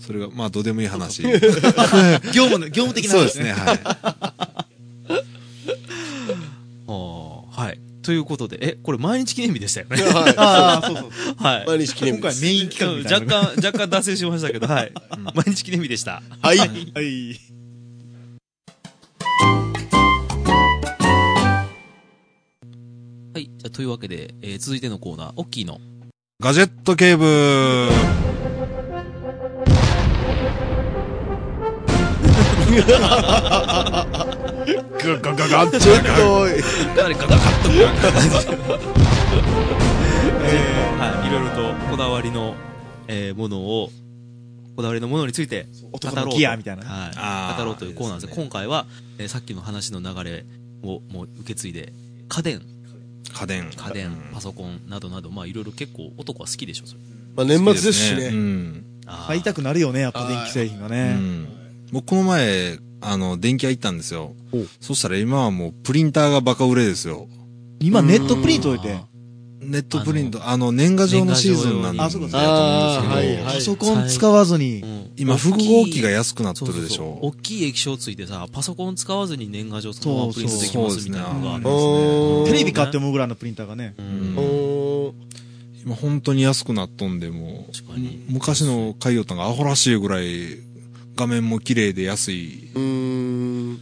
Speaker 2: それが、まあ、どうでもいい話。
Speaker 3: あ業務の業務的な
Speaker 2: そうですね、はい。
Speaker 5: あーはい。ということで、え、これ毎日記念日でしたよね。
Speaker 4: は
Speaker 3: ああそうそう
Speaker 5: はい。
Speaker 4: い。毎日記念
Speaker 3: 今
Speaker 4: 日で
Speaker 3: 回
Speaker 4: す。
Speaker 3: メイン企画みたい
Speaker 5: 若
Speaker 3: な
Speaker 5: 干、若干脱線しましたけど、はい。毎日記念日でした。
Speaker 4: はい。
Speaker 3: はい
Speaker 5: はい。じゃあというわけで、えー続いてのコーナー、オッキーの。
Speaker 2: ガジェット警部
Speaker 4: ガガガガちょっと、
Speaker 5: 誰かが買っとくよ はい。いろいろとこだわりの、えーものを、こだわりのものについて語ろうと、
Speaker 3: 男のギアみたいなね
Speaker 5: は
Speaker 2: あ
Speaker 5: い。
Speaker 2: ー
Speaker 5: 語ろうというコーナーです。
Speaker 2: いいですね
Speaker 5: 今回は、えーさっきの話の流れをもう受け継いで、家電、
Speaker 2: 家電。
Speaker 5: 家電、パソコンなどなど、まあいろいろ結構男は好きでしょ、それ。
Speaker 4: まあ年末ですし
Speaker 2: いい
Speaker 4: ね
Speaker 2: う。ん。
Speaker 5: あー
Speaker 3: 買いたくなるよねやっぱ電気製品は
Speaker 2: う
Speaker 3: ね
Speaker 2: ん。僕この前、あの、電気屋行ったんですよ。そしたら今はもうプリンターがバカ売れですよ。
Speaker 3: 今ネットプリント置いて
Speaker 2: ネットプリント、あの、年賀状のシーズンなんだ
Speaker 3: あ
Speaker 2: と
Speaker 3: そう
Speaker 2: 思う
Speaker 3: か
Speaker 2: ん
Speaker 3: そう
Speaker 2: で
Speaker 3: か
Speaker 4: ああ、は
Speaker 2: すけ
Speaker 4: い
Speaker 2: ど、
Speaker 4: は
Speaker 3: パ
Speaker 4: い。
Speaker 3: ソコン使わず
Speaker 5: う
Speaker 3: に
Speaker 5: ん
Speaker 2: 今複合機が安くなっと
Speaker 5: そうそ
Speaker 2: る
Speaker 5: う
Speaker 2: でし
Speaker 5: そう
Speaker 2: ょ
Speaker 5: 大。きい液晶ついてさ、パソコン使わずに年賀状そのままプリントできますみたいなのが
Speaker 2: そうそうそうですね。
Speaker 4: うん
Speaker 3: テレビ買ってもぐらいのプリンターがね
Speaker 5: うん
Speaker 4: お
Speaker 2: 今本当に安くなっとんで、もう
Speaker 5: 確かに
Speaker 2: 昔の買いよったんがアホらしいぐらい、画面も綺麗で安い。
Speaker 4: うーん。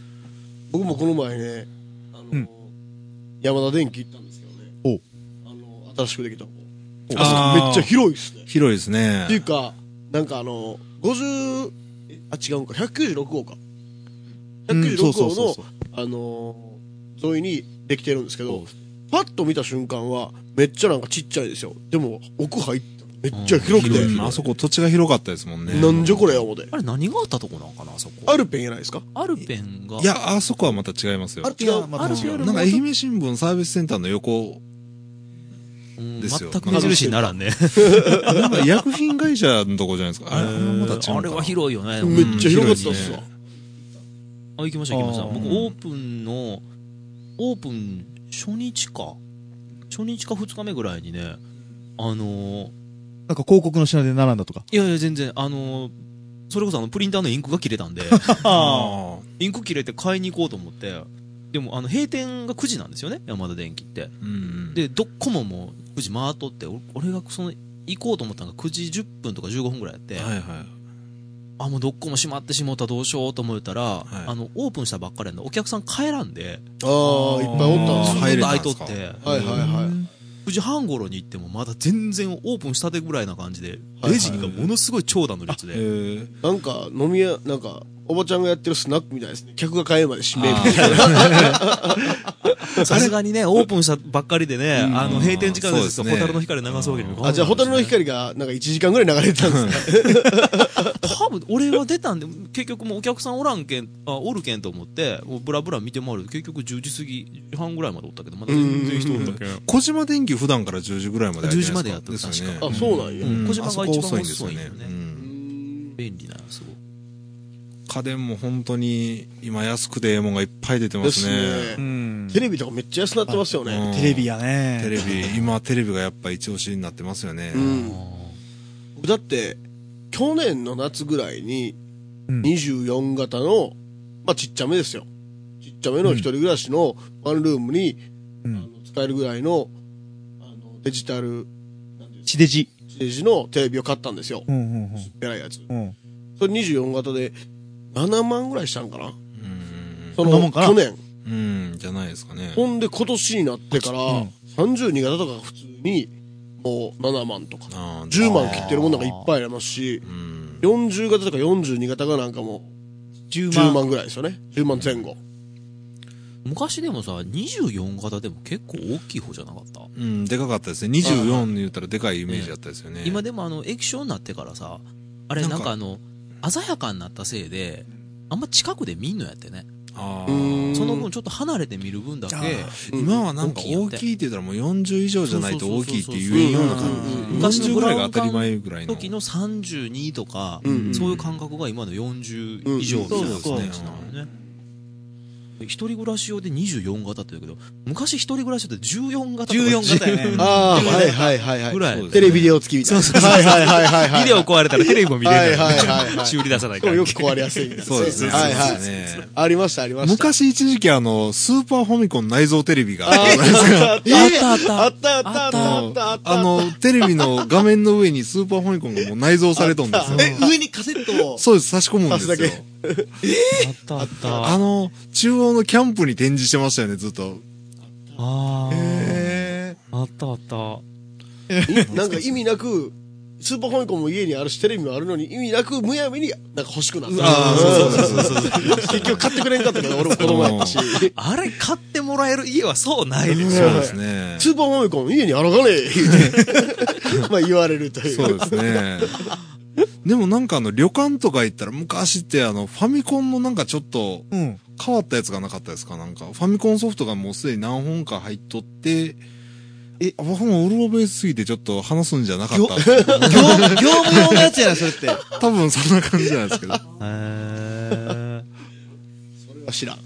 Speaker 4: 僕もこの前ね、あの、
Speaker 3: うん
Speaker 4: 山田電機行ったんですけどね。
Speaker 3: お
Speaker 4: あの、新しくできた方。
Speaker 2: あ
Speaker 4: あ
Speaker 2: ー
Speaker 4: そこめっちゃ広いっすね。
Speaker 2: 広いですね。
Speaker 4: っていうか、なんかあの、50、あ、違うんか、196号か。
Speaker 3: うんそうそう
Speaker 4: 196
Speaker 3: そう
Speaker 4: 号
Speaker 3: そう
Speaker 4: の、あのー、沿いにできてるんですけど、パッと見た瞬間は、めっちゃなんかちっちゃいですよ。でも、奥入ったらめっちゃ広くて、
Speaker 2: うんあそこ土地が広かったですもんね。
Speaker 4: なんじゃこれや思て。
Speaker 5: あれ何があったとこなんかな、あそこ。
Speaker 4: アルペンやないですか
Speaker 5: アルペンが。
Speaker 2: い、や、あそこはまた違いますよ。
Speaker 3: 違うまた
Speaker 5: ある種より
Speaker 2: な
Speaker 5: も
Speaker 2: んか愛媛新聞サービスセンターの横、
Speaker 5: うん
Speaker 2: ですよ
Speaker 5: 全く目印にならんね。
Speaker 2: なんか医薬品会社のとこじゃな いですか。あれ、あれまた違うのかな
Speaker 5: あれは広いよね。
Speaker 4: めっちゃ広かったっすわ。
Speaker 5: あ、行きました行きました。
Speaker 3: あー
Speaker 5: 僕、オープンの、オープン初日か。初日か二日目ぐらいにね、あのー、
Speaker 3: なんか広告の品で並んだとか
Speaker 5: いやいや、全然、あのー、それこそあの、プリンターのインクが切れたんで、
Speaker 2: ああ。
Speaker 5: インク切れて買いに行こうと思って、でも、あの、閉店が9時なんですよね、山田電機って。
Speaker 2: うん。
Speaker 5: で、どっこももう9時回っとって、お俺がその、行こうと思ったのが9時10分とか15分ぐらいやって、
Speaker 2: はいはい。
Speaker 5: あ、もうどっこも閉まってしもうたどうしようと思ったら、
Speaker 2: い
Speaker 5: あの、オープンしたばっかりやんで、お客さん帰らんで、
Speaker 4: ああ、いっぱいおったん
Speaker 2: あ
Speaker 4: す
Speaker 2: ー
Speaker 4: ね
Speaker 5: ずっと
Speaker 2: 入れたん
Speaker 5: 開
Speaker 2: す
Speaker 5: い
Speaker 2: か
Speaker 5: とって、
Speaker 4: はいはいはい。
Speaker 5: 9時半頃に行ってもまだ全然オープンしたてぐらいな感じで、レジがものすごい長蛇の列
Speaker 2: え
Speaker 5: で、
Speaker 2: ー、
Speaker 4: なんか飲み屋なんかおばちゃんがやってるスナックみたいですね。客が帰るまで閉めるみたいな。
Speaker 5: さすがにね、オープンしたばっかりでね、あの、閉店時間です
Speaker 2: そう
Speaker 5: と、
Speaker 2: ですね
Speaker 5: ホタルの光流すわけにもいかない
Speaker 4: あ、じゃあ、ホタルの光が、なんか1時間ぐらい流れてたんですね。
Speaker 5: 多分俺は出たんで結局もうお客さんおらんけんあおるけんと思ってもうブラブラ見て回る結局10時過ぎ10時半ぐらいまでおったけどまだ全然人おったけん
Speaker 2: 小島電機普段から10時ぐらいまで開いてるん
Speaker 5: 10時までやってる
Speaker 2: ですよね。
Speaker 4: あ、そうなんや。
Speaker 2: うん
Speaker 5: 小島が
Speaker 2: あそこ
Speaker 5: 一番
Speaker 2: 遅いんですよね。
Speaker 5: 遅いんだよね
Speaker 2: うん
Speaker 5: 便利なすごい
Speaker 2: 家電も本当に今安くてええもんがいっぱい出てま
Speaker 4: ですす
Speaker 2: ね。
Speaker 3: う
Speaker 4: ね。
Speaker 3: ん
Speaker 4: テレビとかめっちゃ安なってますよね。
Speaker 2: うん
Speaker 3: テレビや
Speaker 2: テ
Speaker 3: ね
Speaker 2: レビ、今テレビがやっぱ一押しになってますよね。
Speaker 4: うん僕だって去年の夏ぐらいに
Speaker 3: うん
Speaker 4: 24型の、まあちっちゃめですよちっちゃめの一人暮らしのワンルームに、
Speaker 3: うん
Speaker 4: あの使えるぐらいのあのデジタル
Speaker 3: 地デジ
Speaker 4: ステージのテレビを買ったんですよ
Speaker 3: うんうん
Speaker 4: 偉いやつ
Speaker 3: うんうん
Speaker 4: それ24型で7万ぐらいしたんかな
Speaker 2: うん
Speaker 4: そ
Speaker 3: そんな
Speaker 4: の
Speaker 3: もんかな
Speaker 4: 去年
Speaker 2: うん、じゃないですかね。
Speaker 4: ほんで今年になってから、
Speaker 3: うん
Speaker 4: 32型とかが普通にもう7万とか
Speaker 2: あー
Speaker 4: 10万切ってるものなんかいっぱいありますし
Speaker 2: うん。
Speaker 4: 40型とか42型がなんかもう
Speaker 3: 10
Speaker 4: 10
Speaker 3: 万
Speaker 4: 万ぐらいですよね10万前後
Speaker 5: 昔でもさ24型でも結構大きい方じゃなかった、
Speaker 2: うん、でかかったですね。24で言ったらでかいイメージだったですよね。
Speaker 5: 今でもあの液晶になってからさあれ
Speaker 2: な
Speaker 5: なんん
Speaker 2: か
Speaker 5: かあの鮮やかになったせいであんま近くで見んのやってね
Speaker 2: あ
Speaker 4: う
Speaker 2: ー
Speaker 4: ーん
Speaker 5: その分ちょっと離れて見る分だけ
Speaker 2: 今はなんか大きいって言ったらもう40以上じゃないと大きいって言えんような感じ。40ぐらいが当たり前ぐらいの。
Speaker 5: 時の32とか、
Speaker 4: うん
Speaker 5: そういう感覚が今の40以上みたいな
Speaker 2: うん
Speaker 5: 感じなのね。一人暮らし用で24型って言うけど、昔一人暮らし用って14型とか
Speaker 3: 14型やね
Speaker 5: 10
Speaker 4: ああ、はいはいはいはい。
Speaker 5: ぐらい。
Speaker 4: テレビデオ付きみたいな。はいはいはいはいはい。
Speaker 5: ビデオ壊れたらテレビも見れる
Speaker 4: はいはいはいは
Speaker 5: から、
Speaker 4: い
Speaker 5: 修理出さない
Speaker 4: しか
Speaker 5: か
Speaker 4: も
Speaker 5: ら。
Speaker 4: よく壊れやすいみたいな。
Speaker 2: そうですね。
Speaker 4: はいは
Speaker 2: そう
Speaker 4: い。
Speaker 2: ですね
Speaker 4: ありましたありました。
Speaker 2: 昔一時期あの、スーパーファミコン内蔵テレビがあったじゃないですか。
Speaker 4: あっ
Speaker 5: あったあった
Speaker 4: あったあったあったあったあった。
Speaker 2: あの、テレビの画面の上にスーパーファミコンがもう内蔵されとんですよ。
Speaker 4: え、上にカセットを。
Speaker 2: そうです、差し込むんですよ
Speaker 4: 差すだけ。
Speaker 5: あったあった。
Speaker 2: あの、中央のキャンプに展示してましたよね、ずっと。
Speaker 5: あ
Speaker 3: え
Speaker 5: ーあったあった。
Speaker 4: なんか意味なく、スーパーファミコンも家にあるし、テレビもあるのに意味なく、むやみになんか欲しくなった。
Speaker 2: ああ、そうそうそうそう。
Speaker 4: 結局買ってくれんかったか ら俺も子供やったし。
Speaker 5: あれ買ってもらえる家はそうないでし
Speaker 2: そう
Speaker 5: ょ。
Speaker 2: ですね。
Speaker 4: スーパーファミコン家にあらがねえ 言うて。まあ言われるという。
Speaker 2: そうですね。でもなんかあの、旅館とか行ったら昔ってあの、ファミコンのなんかちょっと
Speaker 3: うん
Speaker 2: 変わったやつがなかったですかなんか、ファミコンソフトがもうすでに何本か入っとって、え、僕もうる覚えすぎてちょっと話すんじゃなかった。
Speaker 3: 業務業務用のやつやなそれって
Speaker 2: 多分そんな感じなんですけど。
Speaker 5: へー
Speaker 4: 知らん。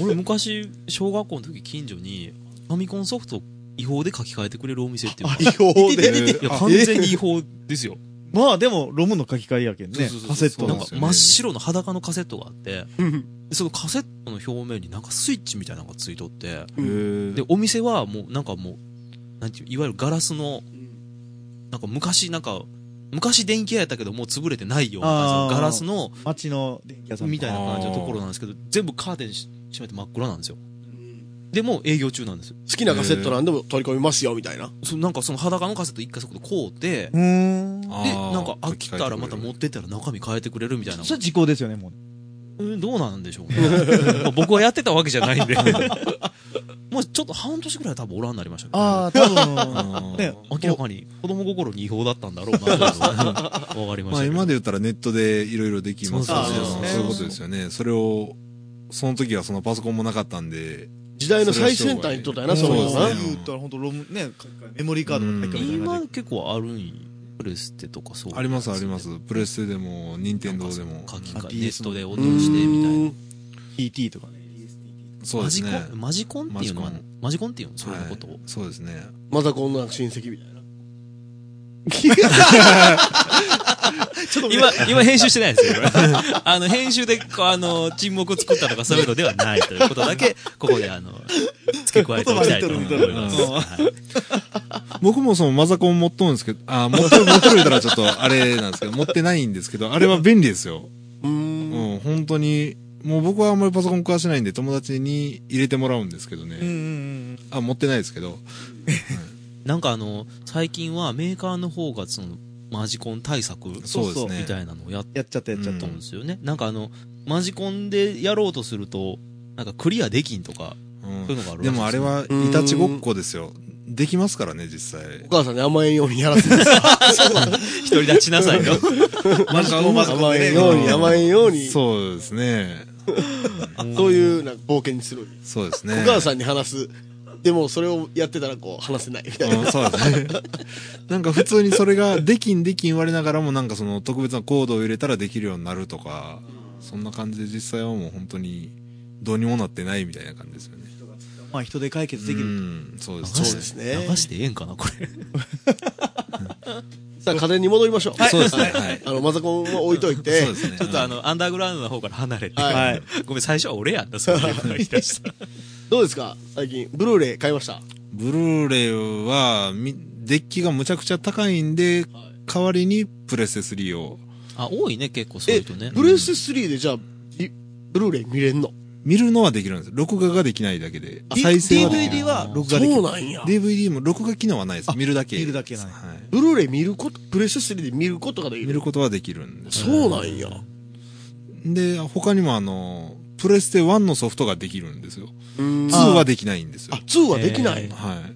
Speaker 5: 俺昔、小学校の時近所に、ファミコンソフト違法で書き換えてくれるお店っていうのが
Speaker 4: 違法で。
Speaker 5: いや、完全に違法ですよ。
Speaker 3: まあでもロムの書き換えやけんね
Speaker 5: そうそうそう
Speaker 3: カセット
Speaker 5: なん
Speaker 3: の
Speaker 5: か真っ白の裸のカセットがあって、
Speaker 4: うん
Speaker 5: でそのカセットの表面になんかスイッチみたいなのがついとって、
Speaker 2: へー
Speaker 5: で、お店はもうなんかもう、なんていう、いわゆるガラスの、なんか昔なんか、昔電気屋やったけどもう潰れてないような感じの
Speaker 3: あー
Speaker 5: ガラスの、
Speaker 3: 街の電気屋さん
Speaker 5: みたいな感じのところなんですけど、全部カーテンし閉めて真っ暗なんですよ。でもう営業中なんですよ。
Speaker 4: 好きなカセットなんでも取り込みますよ、みたいな。
Speaker 5: そなんかその裸のカセット一回そこでこうて、
Speaker 3: うーん
Speaker 5: で、なんか飽きたらまた持
Speaker 2: も
Speaker 5: ってったら中身変えてくれるみたいな。
Speaker 3: それ時効ですよねもう
Speaker 5: うんどうなんでしょうね。 まあ僕はやってたわけじゃないんで。 もうちょっと半年ぐらいは多分おらんなりましたけど、ね。
Speaker 3: ああ 多分ね
Speaker 5: 明らかに子供心に違法だったんだろうなというのが うんわかりまし
Speaker 2: ま
Speaker 5: た
Speaker 2: あ
Speaker 5: けど。
Speaker 2: 今で言ったらネットでいろいろできますからね
Speaker 4: そうそうそう
Speaker 2: そういうことですよね。それを、その時はそのパソコンもなかったんで、
Speaker 4: 時代の最先端にとったやな、そ
Speaker 2: そうう
Speaker 4: い
Speaker 2: で
Speaker 4: う
Speaker 2: す
Speaker 4: の
Speaker 2: ね
Speaker 4: な。
Speaker 3: 言ったら本当ロムね書き換えメモリーカードの書き換えみたいな感
Speaker 5: 今
Speaker 3: じ
Speaker 5: 結構あるんプレステとかそう。
Speaker 2: ありますあります。プレステでも、任天堂でも。
Speaker 5: 書き換
Speaker 3: あ
Speaker 5: え、ネ
Speaker 3: PS
Speaker 5: ットで落としてみたいな。
Speaker 3: PT とかね
Speaker 2: そう
Speaker 5: マ
Speaker 2: です
Speaker 5: ジコ
Speaker 2: ね。
Speaker 5: ン、マジコンっていうのは
Speaker 2: マジコ、
Speaker 5: マジコンっていうのそれのことを。
Speaker 2: はいそうですね。
Speaker 4: またこんな親戚みたいな。
Speaker 5: 今、今編集してない ですよ。あの、編集で、こうあの、沈黙を作ったとかそういうのではないということだけ、ここであの、付け加えておきたいと思います。
Speaker 3: 言葉
Speaker 5: はい
Speaker 2: 僕もそのマザコン持っとんですけど、あ、持っとる、持っとる言うたらちょっとあれなんですけど、持ってないんですけど、あれは便利ですよ。
Speaker 4: う。
Speaker 2: うんん、本当に、もう僕はあんまりパソコン詳しないんで友達に入れてもらうんですけどね。
Speaker 3: うんうん
Speaker 2: あ、持ってないですけど。
Speaker 5: なんかあの、最近はメーカーの方がその、マジコン対策
Speaker 2: そうですね
Speaker 5: みたいなのをやっ
Speaker 3: やっちゃったやっちゃった
Speaker 5: たんですよね、なんかあのマジコンでやろうとするとなんかクリアできんとか
Speaker 2: うん
Speaker 5: そういうのがある
Speaker 2: で
Speaker 5: らしいすよ
Speaker 2: もあれはいたちごっこですよ。できますからね、実際
Speaker 4: お。母さんに甘えんようにやらせて
Speaker 5: 一人立ちなさいよ
Speaker 2: マジコンマジ
Speaker 4: 甘えんように甘えんようにそ
Speaker 2: そうですね。
Speaker 4: ういうなんか冒険にする
Speaker 2: そうです
Speaker 4: お
Speaker 2: ね。
Speaker 4: 母さんに話すでもそれをやってたらこう話せないみたいな
Speaker 2: うんそうですね。 なんか普通にそれができんできん言われながらもなんかその特別なコードを入れたらできるようになるとか、そんな感じで実際はもう本当にどうにもなってないみたいな感じですよね。
Speaker 3: まあ人で解決でき
Speaker 2: う
Speaker 3: る
Speaker 2: ん、そうです。
Speaker 5: そうです 流
Speaker 4: ね
Speaker 5: してええんかなこれ
Speaker 4: さあ家電に戻りましょう
Speaker 2: そうですね。はい。
Speaker 4: あのマザコンは置いといて
Speaker 2: そうですね。
Speaker 5: ちょっとあ
Speaker 2: の、
Speaker 5: のアンダーグラウンドの方から離れて、
Speaker 4: はい
Speaker 3: はい
Speaker 5: ごめん最初は俺やったそういうの言い出した
Speaker 4: どうですか最近ブルーレイ買いました
Speaker 2: ブルーレイはみデッキがむちゃくちゃ高いんで、代わりにプレステ3を
Speaker 5: あ多いね結構そういうとね
Speaker 4: ブレス3でじゃあいブルーレイ見れんの
Speaker 2: 見るのはできるんです。録画ができないだけで。
Speaker 4: あ
Speaker 2: 再生はできる
Speaker 3: DVD は録
Speaker 4: そ
Speaker 3: 画でき
Speaker 4: う
Speaker 3: る
Speaker 4: なんや
Speaker 2: DVD も録画機能はないです。見るだけ。
Speaker 3: 見るだけなんや
Speaker 2: はい。
Speaker 4: ブルーレイ見ることプレス3で見ることができ
Speaker 2: 見
Speaker 4: る
Speaker 2: ることはできるんです。
Speaker 4: そうなんや
Speaker 2: で、他にもあの、プレステ1のソフトができるんですよ。
Speaker 4: うん
Speaker 2: 2はできないんですよ
Speaker 4: あ。2はできない、
Speaker 5: え
Speaker 2: はい。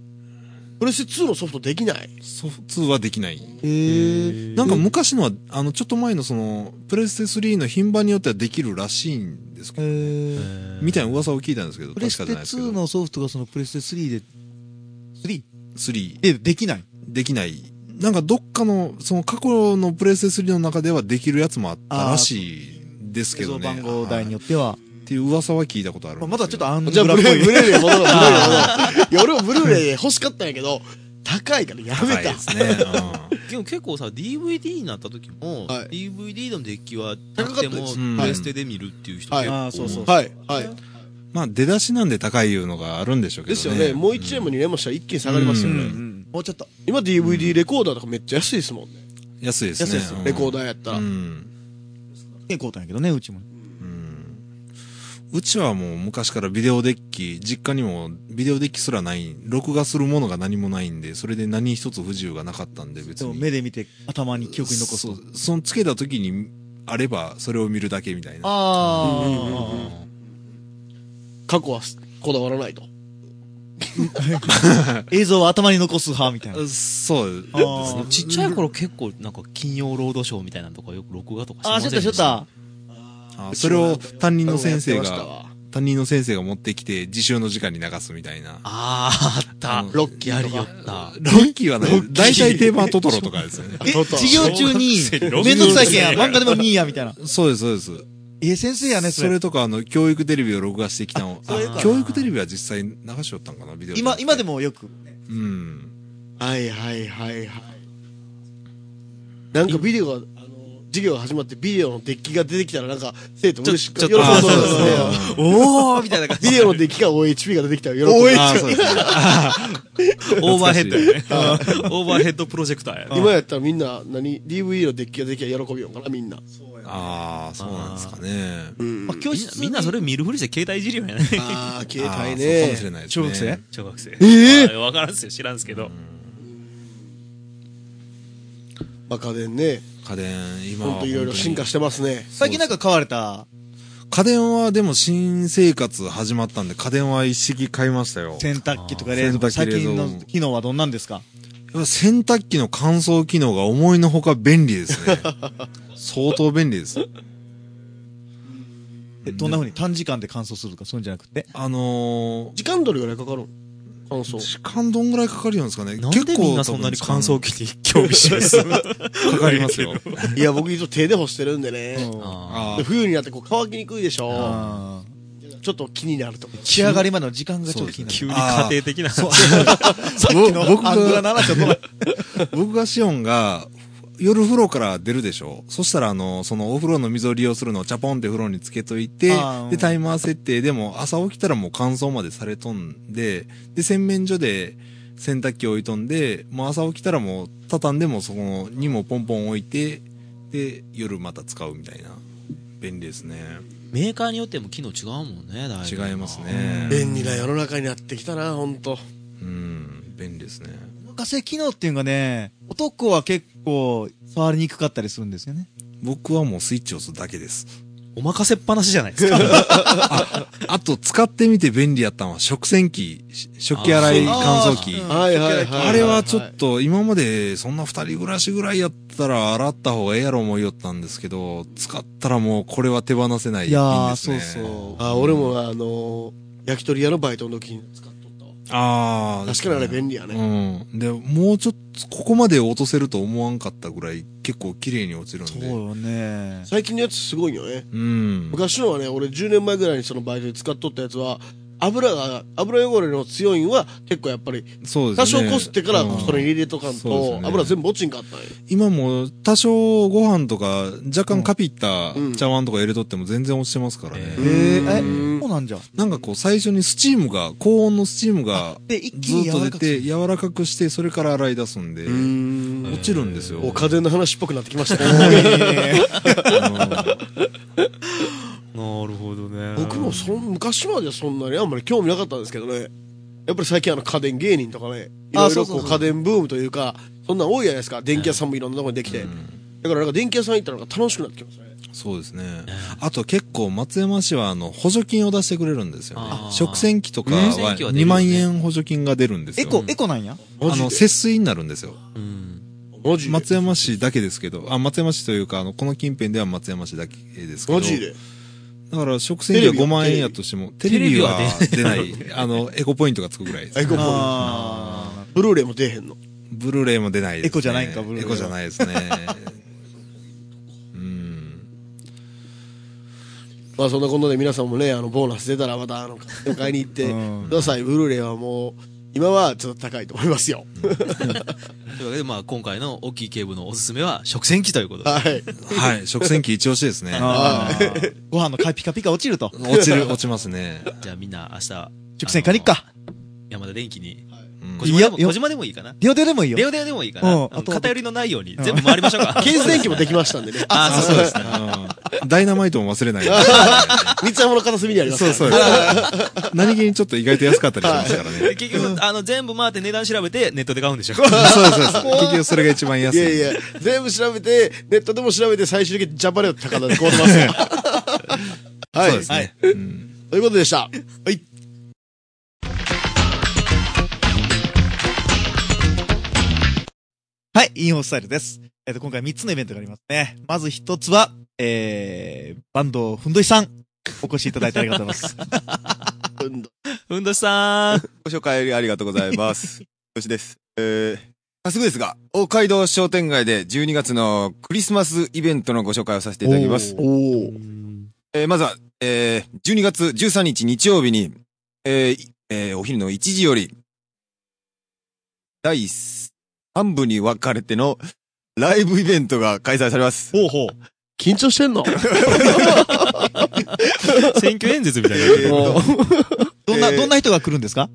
Speaker 4: プレステ2のソフトできない
Speaker 2: ソフ2はできない。
Speaker 3: へえ
Speaker 2: なんか昔のは、あの、ちょっと前のその、プレステ3の頻繁によってはできるらしいんですけど、みたいな噂を聞いたんですけど、
Speaker 3: プレ
Speaker 2: 確
Speaker 3: ス
Speaker 2: か
Speaker 3: テ
Speaker 2: じゃないですけ
Speaker 3: 2
Speaker 2: ど、
Speaker 3: のソフトがそのプレステ3で3
Speaker 2: 3、
Speaker 3: でできない
Speaker 2: できない。なんかどっかの、その過去のプレステ3の中ではできるやつもあったらしいですけ
Speaker 3: 映
Speaker 2: ど
Speaker 3: 像
Speaker 2: ね。
Speaker 3: 番号台に
Speaker 2: はい
Speaker 3: よっては
Speaker 2: っていう噂は聞いたことあるん
Speaker 3: ま
Speaker 2: です
Speaker 3: あ
Speaker 2: けど。
Speaker 3: まだちょっとアング
Speaker 4: じゃあ
Speaker 3: ラ
Speaker 4: ブ
Speaker 3: っ
Speaker 4: ル
Speaker 3: ぽ
Speaker 4: ーレ
Speaker 3: い
Speaker 4: イ、ブルーレイ戻ろう、ブルーレイ戻ろう。いや、俺もブルーレイ欲しかったんやけど、 高いからや
Speaker 2: 高
Speaker 4: め
Speaker 2: い
Speaker 4: た
Speaker 2: で。すね。うん
Speaker 5: でも結構さ DVD になった時も、
Speaker 4: はい
Speaker 5: DVD のデッキはなく
Speaker 4: 高か
Speaker 5: て
Speaker 4: ったで
Speaker 5: も
Speaker 4: す
Speaker 2: うん
Speaker 5: プレステで見るっていう人
Speaker 4: は
Speaker 5: 結
Speaker 4: い
Speaker 5: 構、
Speaker 3: あーそうそう
Speaker 4: はい、はい。
Speaker 2: まあ出だしなんで高いいうのがあるんでしょうけ
Speaker 4: で
Speaker 2: どね。
Speaker 4: すよね、もう1円も2円もしたら一気に下がりますよ
Speaker 2: う
Speaker 4: ね。
Speaker 3: うんもうちょっと
Speaker 4: 今 DVD レコーダーとかめっちゃ安いですもんね。
Speaker 2: うん安いですね。
Speaker 4: 安いですよレコーダーやったら
Speaker 2: う。ん。
Speaker 3: 結構だけどねうちも
Speaker 2: うちはもう昔からビデオデッキ、実家にもビデオデッキすらない、録画するものが何もないんで、それで何一つ不自由がなかったんで別
Speaker 3: でも
Speaker 2: に。
Speaker 3: 目で見て頭に記憶に残す
Speaker 2: そうそのつけた時にあればそれを見るだけみたいな。
Speaker 3: あ
Speaker 4: 過去はこだわらないと。
Speaker 3: あ映像は頭に残す派みたいな
Speaker 2: そうです
Speaker 3: あ
Speaker 2: ね。
Speaker 5: ちっちゃい頃結構なんか金曜ロードショーみたいなのとかよく録画とかして
Speaker 3: あ
Speaker 5: ま
Speaker 3: あ
Speaker 5: せ
Speaker 3: ちょ
Speaker 5: ん
Speaker 3: っとちょっと
Speaker 2: あそれを担任の先生
Speaker 4: やってましたわ
Speaker 2: が、担任の先生が持ってきて自習の時間に流すみたいな。
Speaker 5: あああった
Speaker 2: うん
Speaker 5: ロッキーやりよ った
Speaker 2: ロッキーはない。大体定番トトロとかですよね。
Speaker 3: え授業中に面倒くさいけんや漫画でも見んやみたいな
Speaker 2: そうです、そうです。
Speaker 3: え先生やね
Speaker 2: そ
Speaker 3: そ
Speaker 2: れ
Speaker 3: れ
Speaker 2: とか、あの、教育テレビを録画してきたの。
Speaker 3: あそういうこ
Speaker 2: あ
Speaker 3: と
Speaker 2: 教育テレビは実際流しよったんかな、ビデオ。
Speaker 3: 今今で。もよ
Speaker 2: う
Speaker 3: く
Speaker 2: ん。
Speaker 4: はい、はい、はい、はい。なんかビデオが、あの授業が始まってビデオのデッキが出てきたらなんか生徒嬉しく喜
Speaker 5: ち
Speaker 4: んで
Speaker 5: ょちょっと
Speaker 4: ますよ
Speaker 5: あーそう
Speaker 4: ね
Speaker 5: おおみたいな感
Speaker 4: ビデオのデッキが OHP が出てきたら喜ぶ。
Speaker 2: ああ、そうですね。
Speaker 5: オーバーヘッドやねオーバーヘッドプロジェクターやね
Speaker 4: 今やったらみんな何 DVD のデッキができたら喜びよんかなみんな
Speaker 2: ああ、そうなんですかね。
Speaker 3: まあ教
Speaker 5: みんな
Speaker 3: 室
Speaker 5: みんなそれ見るふりして携帯いじるよね
Speaker 4: ああ携
Speaker 2: ああ
Speaker 4: 帯
Speaker 2: そうかもしれ
Speaker 4: ね
Speaker 2: ないですね。
Speaker 3: 小学生
Speaker 5: 小学生ええ分からんっすよ知らんっすけど
Speaker 4: まあ家電ね
Speaker 2: 家電、今は
Speaker 4: ほんといろいろ進化してますね
Speaker 3: 最近なんか買われた
Speaker 2: 家電はでも新生活始まったんで、家電は一式買いましたよ。
Speaker 3: 洗濯機とか冷蔵庫
Speaker 2: 洗濯
Speaker 3: 最
Speaker 2: 機冷蔵
Speaker 3: 近
Speaker 2: 庫
Speaker 3: の機能はどんなんですか
Speaker 2: 洗濯機の乾燥機能が思いのほか便利ですね。相当便利です。
Speaker 3: えどんな風に短時間で乾燥するとかそういうんじゃなくて
Speaker 2: あのー、
Speaker 4: 時間どれぐらいかかるの乾燥
Speaker 2: 時間どんぐらいかかるんですかね
Speaker 5: なんでみんなそんなに乾燥機に興味示 す
Speaker 2: かかりますよ。
Speaker 4: いや僕いつも手で干してるんでね
Speaker 5: あ
Speaker 2: あ
Speaker 4: で冬になってこう乾きにくいでしょ
Speaker 3: あー
Speaker 4: ちょっと気になるとか
Speaker 3: 仕上がりまでの時間がちょっと気にな
Speaker 5: ー
Speaker 3: る
Speaker 5: 急に家庭的な
Speaker 3: さっきの
Speaker 2: 僕が
Speaker 3: アングラの話はどうな
Speaker 2: あ僕がシオンが、夜風呂から出るでしょそしたら、あの、そのお風呂の水を利用するのをチャポンって風呂につけといて
Speaker 3: あーう、ん
Speaker 2: で、タイマー設定でも朝起きたらもう乾燥までされとんで、で、洗面所で洗濯機置いとんで、もう朝起きたらもう畳んでもそこにもポンポン置いて、で、夜また使うみたいな。便利ですね。
Speaker 5: メーカーによっても機能違うもんねだいぶ
Speaker 2: 違いますね。
Speaker 4: 便利な世の中になってきたなほんと
Speaker 2: うん、便利ですね。
Speaker 3: 化成機能っていうのがね、男は結構触りにくかったりするんですよね。
Speaker 2: 僕はもうスイッチを押すだけです。
Speaker 5: お任せっぱなしじゃ ないですか。
Speaker 2: あと、使ってみて便利やったのは食洗機、し食器洗い乾燥機。
Speaker 3: あーうん
Speaker 4: はいはいはい。
Speaker 2: あれはちょっと今までそんな二人暮らしぐらいやったら洗った方がええやろ思いよったんですけど、使ったらもうこれは手放せない
Speaker 3: いや
Speaker 2: 品
Speaker 3: ー、
Speaker 2: です
Speaker 3: そ
Speaker 2: ね。
Speaker 3: うそう。
Speaker 4: あ、俺もあのー、焼き鳥屋のバイトの時に使っとったわ。
Speaker 2: ああ。
Speaker 4: 確かにあれ便利やね。
Speaker 2: うん。で、もうちょっと、ここまで落とせると思わんかったぐらい結構綺麗に落ちるん
Speaker 3: そう
Speaker 2: で。う
Speaker 3: よね。
Speaker 4: 最近のやつすごいよね。
Speaker 2: ん。
Speaker 4: 昔のはね、俺10年前ぐらいにそのバイトで使っとったやつは、油が、油汚れの強いんは結構やっぱり、
Speaker 2: そうで
Speaker 4: 多
Speaker 2: すね。
Speaker 4: 少こすってから
Speaker 2: うん
Speaker 4: それに入れとかん
Speaker 2: そうです
Speaker 4: と
Speaker 2: よ、ね
Speaker 4: 油全部落ちんかったんよ。
Speaker 2: 今も多少ご飯とか若干カピった
Speaker 4: うん
Speaker 2: 茶碗とか入れとっても全然落ちてますからね。
Speaker 5: え
Speaker 3: えー、
Speaker 4: う
Speaker 3: え、
Speaker 4: ん
Speaker 3: そうなんじゃ。
Speaker 2: なんかこう最初にスチームが、高温のスチームが
Speaker 3: で、一気
Speaker 2: ず
Speaker 3: に
Speaker 2: っと出
Speaker 3: 柔らかくす
Speaker 2: て
Speaker 3: る。
Speaker 2: 柔らかくしてそれから洗い出すんで、落ちるんですよ。
Speaker 4: お家電の話っぽくなってきました ね。
Speaker 5: なるほどね。
Speaker 4: 僕もそん昔まではそんなにあんまり興味なかったんですけどね。やっぱり最近あの家電芸人とかね、い
Speaker 3: あ
Speaker 4: ろい
Speaker 3: そう
Speaker 4: ろ
Speaker 3: そう
Speaker 4: こ
Speaker 3: そう
Speaker 4: う家電ブームというか、そんなん多いじゃないですか。電気屋さんもいろんなとこにできて。だからなんか電気屋さん行ったらなんか楽しくなってきますね。
Speaker 2: そうですね。あと結構松山市はあの補助金を出してくれるんですよ
Speaker 5: あ
Speaker 2: ね。
Speaker 5: ー
Speaker 2: 食洗機とか
Speaker 5: 食洗
Speaker 2: は
Speaker 5: 機は出
Speaker 2: 2
Speaker 5: るよね
Speaker 2: 万円補助金が出るんです
Speaker 3: エ
Speaker 2: よ。
Speaker 3: コ、エコなんや
Speaker 2: あの、節水になるんですよ。
Speaker 5: うん。
Speaker 4: マジで。
Speaker 2: 松山市だけですけど、あ、松山市というか、あの、この近辺では松山市だけですけど。
Speaker 4: マジで。
Speaker 2: だから食洗機は
Speaker 4: テレビ
Speaker 2: 5
Speaker 4: は
Speaker 2: 万円やとしても、テ
Speaker 5: レ
Speaker 2: レ
Speaker 5: ビ
Speaker 2: ビは
Speaker 5: テ
Speaker 2: 出
Speaker 5: レ
Speaker 2: な
Speaker 5: ビ
Speaker 2: い。あの、エコポイントがつくぐらいです
Speaker 4: アイ。コンボー
Speaker 3: あ
Speaker 4: ルブルーレイも出えへんの。
Speaker 2: ブルーレイも出ないです、ね。
Speaker 3: エコじゃないんかブルーレイ
Speaker 2: エ
Speaker 3: は
Speaker 2: コじゃないですね。うん。
Speaker 4: まあそんなことで皆さんもね、あの、ボーナス出たらまた、あの、買いに行って
Speaker 3: うん
Speaker 4: ください。ブルーレイはもう、今はちょっと高いと思います よ。
Speaker 5: というわけで、まあ、今回の大きい警部のおすすめは食洗機ということで。
Speaker 4: はい。
Speaker 2: はい。食洗機一押しですね。
Speaker 3: あーご飯のカピカピが落ちると。
Speaker 2: 落ちる、落ちますね。
Speaker 5: じゃあみんな明日、
Speaker 3: 直線カニっか。
Speaker 5: 山田電機に、
Speaker 2: うん
Speaker 5: 小島でも、
Speaker 3: いや
Speaker 5: 小島でもいいかな。
Speaker 3: デオデオでもいいよ。
Speaker 5: レオデオでもいいかな。あ
Speaker 3: うん
Speaker 5: の
Speaker 3: あとあと
Speaker 5: 偏りのないように全部回りましょうか。
Speaker 4: ケース電気もできましたんでね。
Speaker 5: あー、そうそうですね。
Speaker 2: うんダイナマイトも忘れないようにね。
Speaker 4: 三つ山の片隅にあります
Speaker 2: そ
Speaker 4: か
Speaker 2: う
Speaker 4: ら。
Speaker 2: そう。 何気にちょっと意外と安かったりしますからね。そう
Speaker 5: で結局、あの、全部回って値段調べてネットで買うんでしょ。
Speaker 2: そうそう。結局それが一番安
Speaker 4: い
Speaker 2: い。
Speaker 4: やいや、全部調べて、ネットでも調べて、最終的にジャパネオ高田で買うてますよ。はい。
Speaker 2: そうです
Speaker 4: はい
Speaker 2: ね。うん
Speaker 4: ということでした。はい。
Speaker 3: はい、インフォスタイルです。えっ、と、今回3つのイベントがありますね。まず1つは、えー、バンド、ふんどしさん、お越しいただいてありがとうございます。
Speaker 4: うん
Speaker 5: ふんどしさん。
Speaker 7: ご紹介ありがとうございます。よしです。えー、早速ですが、大街道商店街で12月のクリスマスイベントのご紹介をさせていただきます。
Speaker 4: おお。
Speaker 7: えーまずは、えー12月13日日曜日に、えーいえーお昼の1時より、第3部に分かれてのライブイベントが開催されます。
Speaker 3: ほうほう。
Speaker 4: 緊張してんの
Speaker 5: 選挙演説みたいな。
Speaker 7: えーと
Speaker 3: どんな、
Speaker 7: えー
Speaker 3: どんな人が来るんですか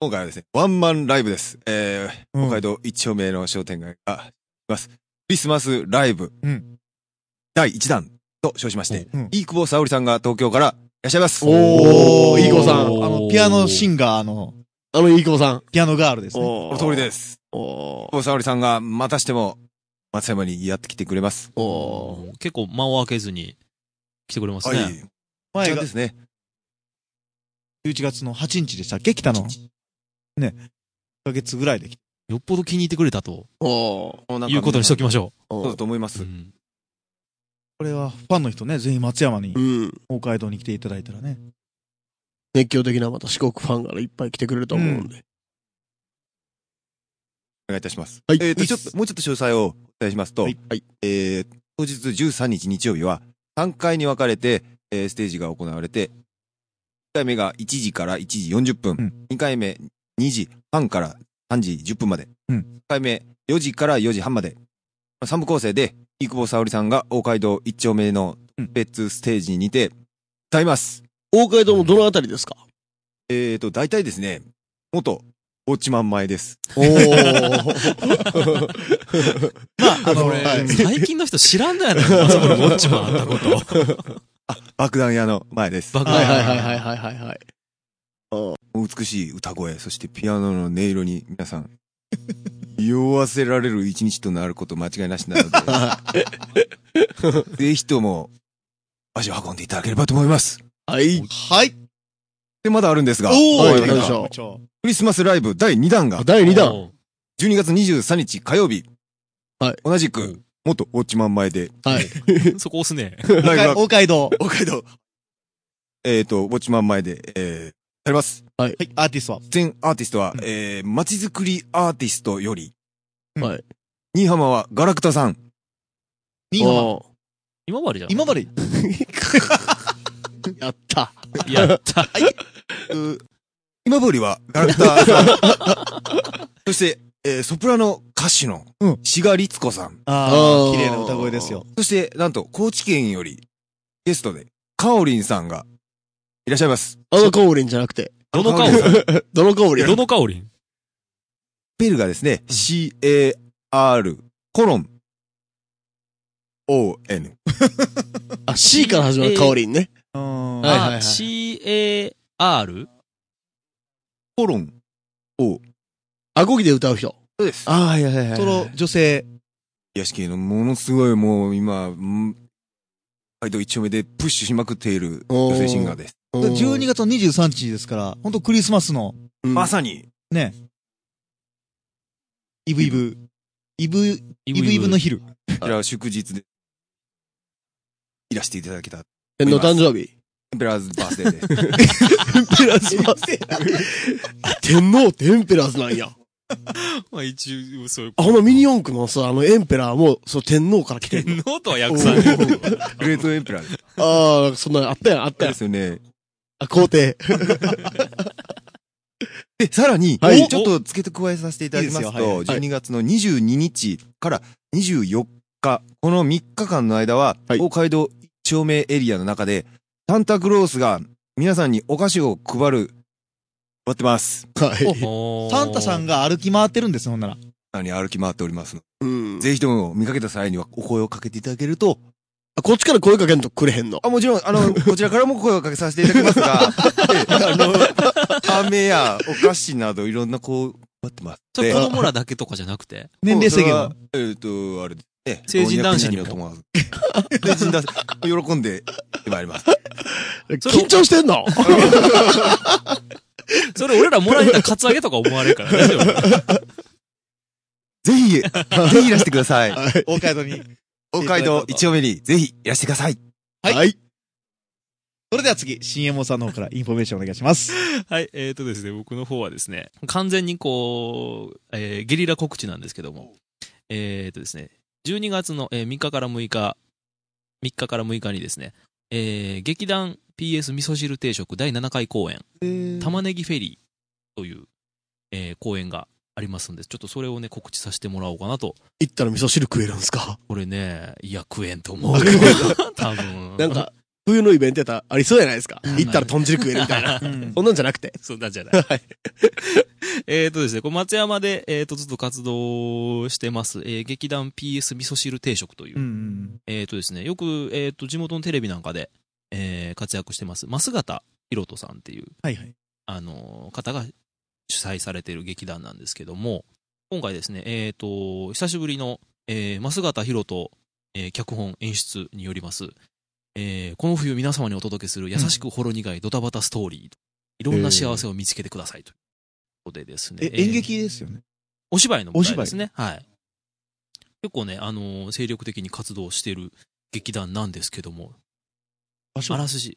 Speaker 7: 今回はですね、ワンマンライブです。えー
Speaker 3: う
Speaker 7: 北海道一丁目の商店街がします。クリスマスライブ、
Speaker 3: うん
Speaker 7: 第1弾と称しまして、
Speaker 3: うん
Speaker 7: 飯久保沙織さんが東京からいらっしゃいます。
Speaker 4: おー、いい子さ
Speaker 3: あ
Speaker 4: ん。
Speaker 3: の、ピアノシンガーの、
Speaker 4: あの、いい子さん。
Speaker 3: ピアノガールですね。
Speaker 7: こ
Speaker 4: お
Speaker 7: の通り。です。
Speaker 4: お
Speaker 7: 飯久保沙織さんがまたしても松山にやってきてくれます。
Speaker 4: ーおー。
Speaker 5: 結構間を空けずに来てくれます
Speaker 7: はい。
Speaker 5: ね。
Speaker 7: こち
Speaker 3: 前
Speaker 7: ら
Speaker 3: が
Speaker 7: ですね。
Speaker 3: 11月の8日でしたっけ来たの。ね。1ヶ月ぐらいで来た。
Speaker 5: よっぽど気に入ってくれたと
Speaker 4: おー。
Speaker 7: い
Speaker 5: いうことにしときましょ
Speaker 7: そうだと思いま
Speaker 5: う。
Speaker 7: す。
Speaker 3: これは、ファンの人ね、全員松山に
Speaker 4: う、ん。
Speaker 3: 北海道に来ていただいたらね。
Speaker 4: 熱狂的なまた四国ファンがいっぱい来てくれると思うんで。
Speaker 7: お願いいたします。
Speaker 4: はい
Speaker 7: えっ、と、ちょっと、もうちょっと詳細をお伝えしますと、
Speaker 4: はいはい
Speaker 7: えー当日13日日曜日は、3回に分かれて、えーステージが行われて、1回目が1時から1時40分、
Speaker 3: うん
Speaker 7: 2回目2時半から3時10分まで、
Speaker 3: うん
Speaker 7: 3回目4時から4時半まで、3部構成で、飯久保沙織さんが大街道1丁目の別ステージにて、歌います。
Speaker 4: 大街道のどのあたりですか
Speaker 7: えっ、ー、と、大体ですね、元、おちまん前です。
Speaker 4: おー。
Speaker 5: まあ、あの、
Speaker 4: はい
Speaker 5: 最近の人知らんのやな、あそこにウォッチマンあったこと。
Speaker 7: 爆弾屋の前です。
Speaker 5: 爆
Speaker 4: はい
Speaker 5: 弾
Speaker 4: はいはいはいはいはいはい。
Speaker 7: 美しい歌声、そしてピアノの音色に皆さん、
Speaker 2: 酔わせられる一日となること間違いなしなの で、ぜひとも、足を運んでいただければと思います。
Speaker 4: はい。
Speaker 3: はい。
Speaker 2: で、まだあるんですが、
Speaker 4: お
Speaker 2: はい
Speaker 4: ー、よいしょ。
Speaker 2: クリスマスライブ第2弾が、
Speaker 4: 第2弾。
Speaker 2: 12月23日火曜日、
Speaker 4: はい
Speaker 2: 同じく、元ウォッチマン前 で、
Speaker 4: はい。
Speaker 5: そこ押すね。
Speaker 2: ライブが、
Speaker 3: 大街道。
Speaker 2: 北海道、えっ、と、ウォッチマン前で、えー、やります。
Speaker 3: はい、アーティストは。
Speaker 2: 出演アーティストは、えー、街づくりアーティストより、
Speaker 4: はい。
Speaker 2: 新居浜はガラクタさん、
Speaker 3: 新居浜。
Speaker 4: お
Speaker 5: 今治じゃん。
Speaker 3: 今まで
Speaker 4: ー やった。
Speaker 5: やった。
Speaker 2: 今治 はガラクタさん、そして、えー、ソプラノ歌手の、志賀律子さん、
Speaker 3: あ
Speaker 4: あ
Speaker 3: あ
Speaker 4: ー、
Speaker 3: 綺麗な歌声ですよ。
Speaker 2: そして、なんと、高知県より、ゲストで、カオリンさんが、いらっしゃいます。
Speaker 4: あのカオリンじゃなくて、
Speaker 5: どの香り
Speaker 4: どのカオリン
Speaker 5: どの香り
Speaker 2: スペルがですね、C-A-R、コロン、O-N。
Speaker 4: あ、C から始まるカオリンね。
Speaker 3: うん
Speaker 4: はいはいはい
Speaker 5: ?C-A-R?
Speaker 2: コロン、
Speaker 4: 顎着で歌う人。
Speaker 2: そうです。
Speaker 4: ああ、はいはいはいはい。
Speaker 3: その女性、
Speaker 2: 癒し系のものすごいもう今、ん北海道一丁目でプッシュしまくっている女性シンガーです。
Speaker 3: 12月の23日ですから、本当クリスマスの
Speaker 4: うん
Speaker 2: まさに、
Speaker 3: ね、イブイブ、イブ、イブイブの昼。
Speaker 2: こちらは祝日で、いらしていただけた、エ
Speaker 4: 天皇誕生日。
Speaker 2: ンペラーズバースデー です。
Speaker 4: テンペラーズバースデー。天皇ってエンペラーズなんや。
Speaker 5: まあ一応、そういう。
Speaker 4: あ、ほんまミニ四駆のさ、あのエンペラーも、そう天皇から来てんの。
Speaker 5: 天皇とは訳さない。
Speaker 2: グレートエンペラーです。
Speaker 4: ああ、なんかそんなのあったやん、あったや
Speaker 2: で
Speaker 4: ん。
Speaker 2: すよね。
Speaker 4: あ、皇帝。
Speaker 2: で、さらに、
Speaker 4: はい
Speaker 2: ちょっと付け加えさせていただきますと、
Speaker 3: いいですよはい
Speaker 2: 12月の22日から24日、この3日間の間は、
Speaker 4: はい
Speaker 2: 北海道一丁目エリアの中で、サンタクロースが皆さんにお菓子を配る、配ってます。
Speaker 4: はい。
Speaker 5: サ
Speaker 3: サンタさん。が歩き回ってるんですよ、ほんなら。
Speaker 2: さらに歩き回っておりますの
Speaker 4: うん
Speaker 2: で。ぜひとも見かけた際にはお声をかけていただけると、
Speaker 4: あこっちから声かけんとくれへんの。
Speaker 2: あもちろん、あの、 こちらからも声をかけさせていただきます が、あの、飴やお菓子などいろんなこう、配ってます。
Speaker 5: それ
Speaker 2: で
Speaker 5: 子供らだけとかじゃなくて。
Speaker 3: 年齢制
Speaker 2: も
Speaker 3: 限は
Speaker 2: う。それはえっ、と、あれですね。
Speaker 5: 成人男子にも
Speaker 2: 老若男女にも問わず成人男子、喜んでまいります。
Speaker 4: 緊張してんの
Speaker 5: それ俺らもらえたカツアゲとか思われるから大丈夫。
Speaker 2: ぜひ、ぜひいらしてください。
Speaker 3: 大街道に。
Speaker 2: 北海道一丁目にぜひいらしてください。
Speaker 4: はい。
Speaker 3: それでは次、新 MO さんの方からインフォメーションお願いします。
Speaker 5: はい、えーとですね、僕の方はですね、完全にこう、えーゲリラ告知なんですけども、えーとですね、12月の、えー3日から6日、3日から6日にですね、えー劇団 PS 味噌汁定食第7回公演、玉ねぎフェリーという、えー公演がありますんで、ちょっとそれをね、告知させてもらおうかなと。
Speaker 4: 行ったら味噌汁食えるんすか
Speaker 5: これね、いや、食えんと思う。 多分。
Speaker 4: なん、か、冬のイベントやったらありそうじゃないですか。行ったら豚汁食えるみ たいな。そんなんじゃなくて。
Speaker 5: そんなんじゃない。 えっとですね、これ松山で、えっ、と、ずっと活動してます、えー劇団 PS 味噌汁定食という、
Speaker 3: ん。
Speaker 5: えっとですね、よく、えっ、と、地元のテレビなんかで、えー活躍してます、増形ろとさんっていう、
Speaker 3: はいはい。
Speaker 5: あのー方が主催されている劇団なんですけども、今回ですね、えっ、と、久しぶりの、えー、増形ろと、えー脚本演出によります、えーこの冬皆様にお届けする優しくほろ苦いドタバタストーリー、いろんな幸せを見つけてくださいということでですね。
Speaker 3: え、演劇ですよね。
Speaker 5: お芝居の舞台ですね。はい。結構ね、あのー精力的に活動している劇団なんですけども、
Speaker 3: 場
Speaker 5: あらすじ、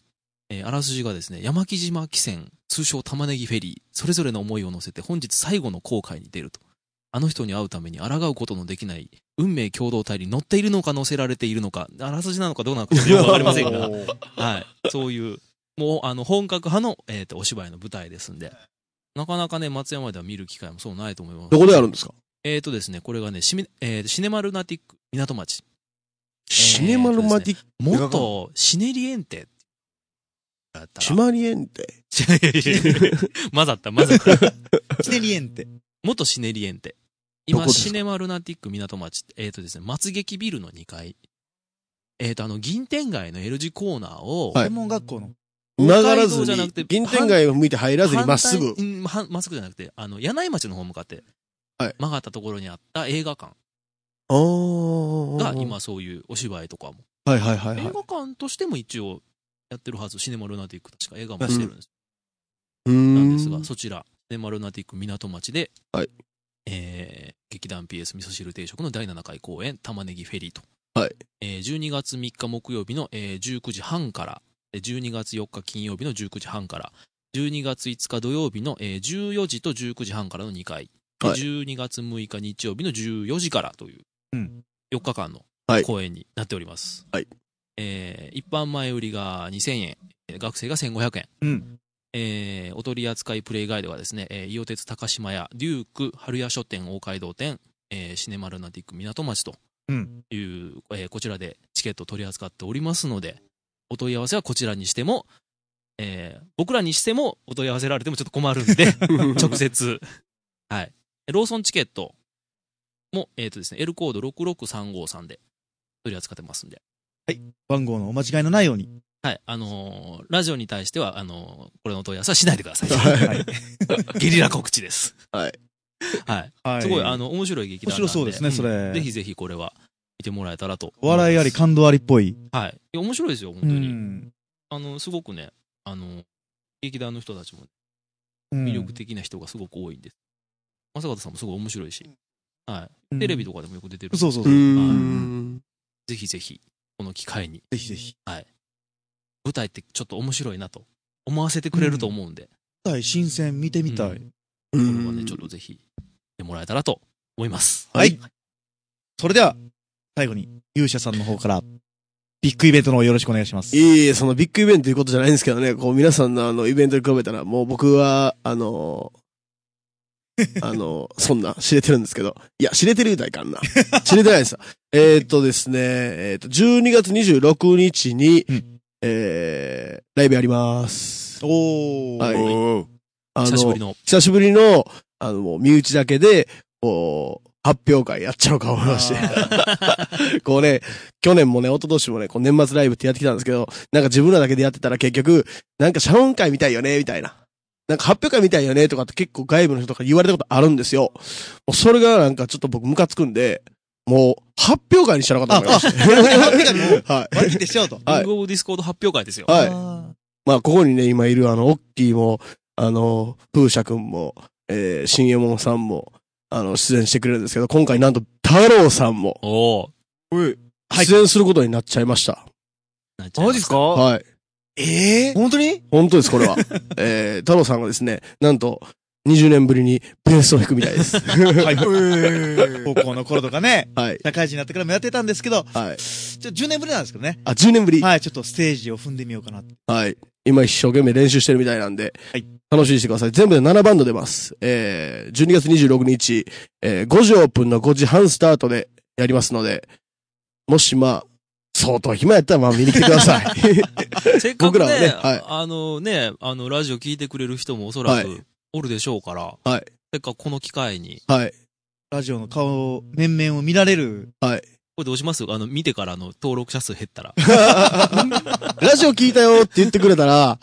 Speaker 5: えーあらすじがですね、山木島汽船、通称玉ねぎフェリー、それぞれの思いを乗せて本日最後の航海に出ると。あの人に会うために抗うことのできない、運命共同体に乗っているのか乗せられているのか、あらすじなのかどうなのかよくわかりません が、はい。そういう、もう、あの、本格派の、えっ、と、お芝居の舞台ですんで、なかなかね、松山では見る機会もそうないと思います。
Speaker 4: どこでやるんですか
Speaker 5: えーとですね、これがね、シミえーシネマルナティック港町。
Speaker 4: シネマロマティック、
Speaker 5: 元シネリエンテ。だったら
Speaker 4: シマリエンテ。
Speaker 5: 混ざった、混ざった。
Speaker 3: シネリエンテ。
Speaker 5: 元シネリエンテ。
Speaker 4: ど
Speaker 5: 今、
Speaker 4: こですか
Speaker 5: シネマルナティック港町。えーとですね、松劇ビルの2階。えーと、あの、銀天街の L 字コーナーを、
Speaker 4: はい
Speaker 3: 専門学校の。
Speaker 4: 曲がらず
Speaker 5: じゃなくて
Speaker 4: に、銀天街を向いて入らずにまっすぐ
Speaker 5: 反対。うんはまっすぐじゃなくて、あの、柳井町の方向かって、
Speaker 4: はい
Speaker 5: 曲がったところにあった映画館
Speaker 4: あ
Speaker 5: が
Speaker 4: ー
Speaker 5: 今そういうお芝居とかも、
Speaker 4: はいはいはい
Speaker 5: 映
Speaker 4: はい。
Speaker 5: 画館としても一応やってるはずシネマルナティック確か映画もしてるんです、
Speaker 4: う
Speaker 5: なんです
Speaker 4: ー
Speaker 5: が
Speaker 4: ん。
Speaker 5: そちらシネマルナティック港町で、
Speaker 4: はい
Speaker 5: えー劇団 PS 味噌汁定食の第7回公演玉ねぎフェリーと、
Speaker 4: はい
Speaker 5: えー12月3日木曜日の、えー19時半からえー12月4日金曜日の19時半から12月5日土曜日の、えー14時と19時半からの2回、で
Speaker 4: はい
Speaker 5: 12月6日日曜日の14時からという、
Speaker 3: うん
Speaker 5: 4日間の
Speaker 4: はい
Speaker 5: 公演になっております、
Speaker 4: はい
Speaker 5: えー一般前売りが2000円えー学生が1500円
Speaker 3: うん。
Speaker 5: えーお取り扱いプレイガイドはですね、えー伊予鉄高島屋、デューク、春屋書店、大街道店、えーシネマルナティック港町と
Speaker 3: うん
Speaker 5: いう、えーこちらでチケットを取り扱っておりますので、お問い合わせはこちらにしても、えー僕らにしてもお問い合わせられてもちょっと困るん で、直接。はい。ローソンチケットも、えっ、とですね、L コード66353で取り扱ってますんで。
Speaker 3: 番号のお間違いのないように。
Speaker 5: はい。あのーラジオに対しては、あのーこれのお問い合わせはしないでください。
Speaker 3: はい。
Speaker 5: ゲリラ告知です。
Speaker 4: はい。
Speaker 5: はい。
Speaker 3: はい
Speaker 5: すごい、あ、の、面白い劇団なんで。
Speaker 3: 面白そうですね
Speaker 5: ん
Speaker 3: それ
Speaker 5: ぜひぜひこれは、見てもらえたらと。
Speaker 3: 笑いあり、
Speaker 5: か。
Speaker 3: 感動ありっぽい。
Speaker 5: はい。いや面白いですよ、本当
Speaker 3: う
Speaker 5: に。
Speaker 3: ん。
Speaker 5: あの、すごくね、あの、劇団の人たちも
Speaker 3: うん
Speaker 5: 魅力的な人がすごく多いんです。正方さんもすごい面白いし。はい。テレビとかでもよく出てる。
Speaker 3: そうそう
Speaker 4: う
Speaker 3: そ
Speaker 4: ー
Speaker 3: う。
Speaker 4: ん。
Speaker 5: ぜひぜひ、この機会に、
Speaker 3: ぜひぜひ。
Speaker 5: 舞台ってちょっと面白いなと思わせてくれると思うんで、
Speaker 3: 見たい、新鮮、見てみた
Speaker 5: う
Speaker 3: い。
Speaker 4: これ
Speaker 5: これはね、ちょっとぜひ、見てもらえたらと思います。
Speaker 3: はい。それでは、最後に、勇者さんの方から、ビッグイベントの方よろしくお願いします。
Speaker 4: いえいえ、そのビッグイベントということじゃないんですけどね、こう皆さんのあのイベントに比べたら、もう僕は、あのーあのーそんな、知れてるんですけど、いや、知れてるみたいかんな。知れてない です。えーっとですね、えーっと、12月26日に、
Speaker 3: う
Speaker 4: えー、ライブやります。
Speaker 3: おー。
Speaker 4: はい
Speaker 7: おー
Speaker 4: あの
Speaker 5: 久しぶりの。
Speaker 4: 久しぶりの、あの、もう身内だけで、こう、発表会やっちゃおうか思いまして。 こうね、去年もね、一昨年もね、こう年末ライブってやってきたんですけど、なんか自分らだけでやってたら結局、なんか謝恩会みたいよね、みたいな。なんか発表会みたいよね、とかって結構外部の人とか言われたことあるんですよ。もうそれがなんかちょっと僕ムカつくんで、もう、発表会にしたらよかったなと思いまして はい。
Speaker 3: 割り切ってしちゃうと。
Speaker 4: はい
Speaker 5: キングオブディスコード発表会ですよ。
Speaker 4: はい
Speaker 3: あ
Speaker 4: まあ、ここにね、今いるあの、オッキーも、あの、プーシャ君も、えー、新右衛門さんも、あの、出演してくれるんですけど、今回なんと、太郎さんも、
Speaker 5: おー。
Speaker 4: 出演することになっちゃいました。
Speaker 5: なっちゃい
Speaker 7: マ
Speaker 5: ま
Speaker 7: ジっ
Speaker 5: す
Speaker 7: すか
Speaker 4: はい。
Speaker 7: ええ本当に
Speaker 4: 本当です、これは。えー、太郎さんがですね、なんと、20年ぶりにベースを弾くみたいです。
Speaker 3: ーはい。
Speaker 7: え
Speaker 3: 高校の頃とかね、
Speaker 4: はい。
Speaker 3: 社会人になってからもやってたんですけど、
Speaker 4: はい。
Speaker 3: ちょ10年ぶりなんですけどね。
Speaker 4: あ、10年ぶり。
Speaker 3: はい、ちょっとステージを踏んでみようかなって。
Speaker 4: はい。今一生懸命練習してるみたいなんで、
Speaker 3: はい
Speaker 4: 楽しみにしてください。全部で7バンド出ます。えー、12月26日、えー、5時オープンの5時半スタートでやりますので、もしまあ、相当暇やったらまあ見に来てくださ い。
Speaker 5: せっか
Speaker 4: 僕
Speaker 5: く
Speaker 4: ら
Speaker 5: ね、
Speaker 4: はねはい
Speaker 5: あのね、あの、ラジオ聞いてくれる人もおそら
Speaker 4: は
Speaker 5: くおるでしょうから、
Speaker 4: はい
Speaker 5: せっかくこの機会に、
Speaker 4: はい。
Speaker 3: ラジオの顔を、面々を見られる。
Speaker 5: これどうしますあの、見てからの登録者数 減ったら。
Speaker 4: ラジオ聞いたよって言ってくれたら、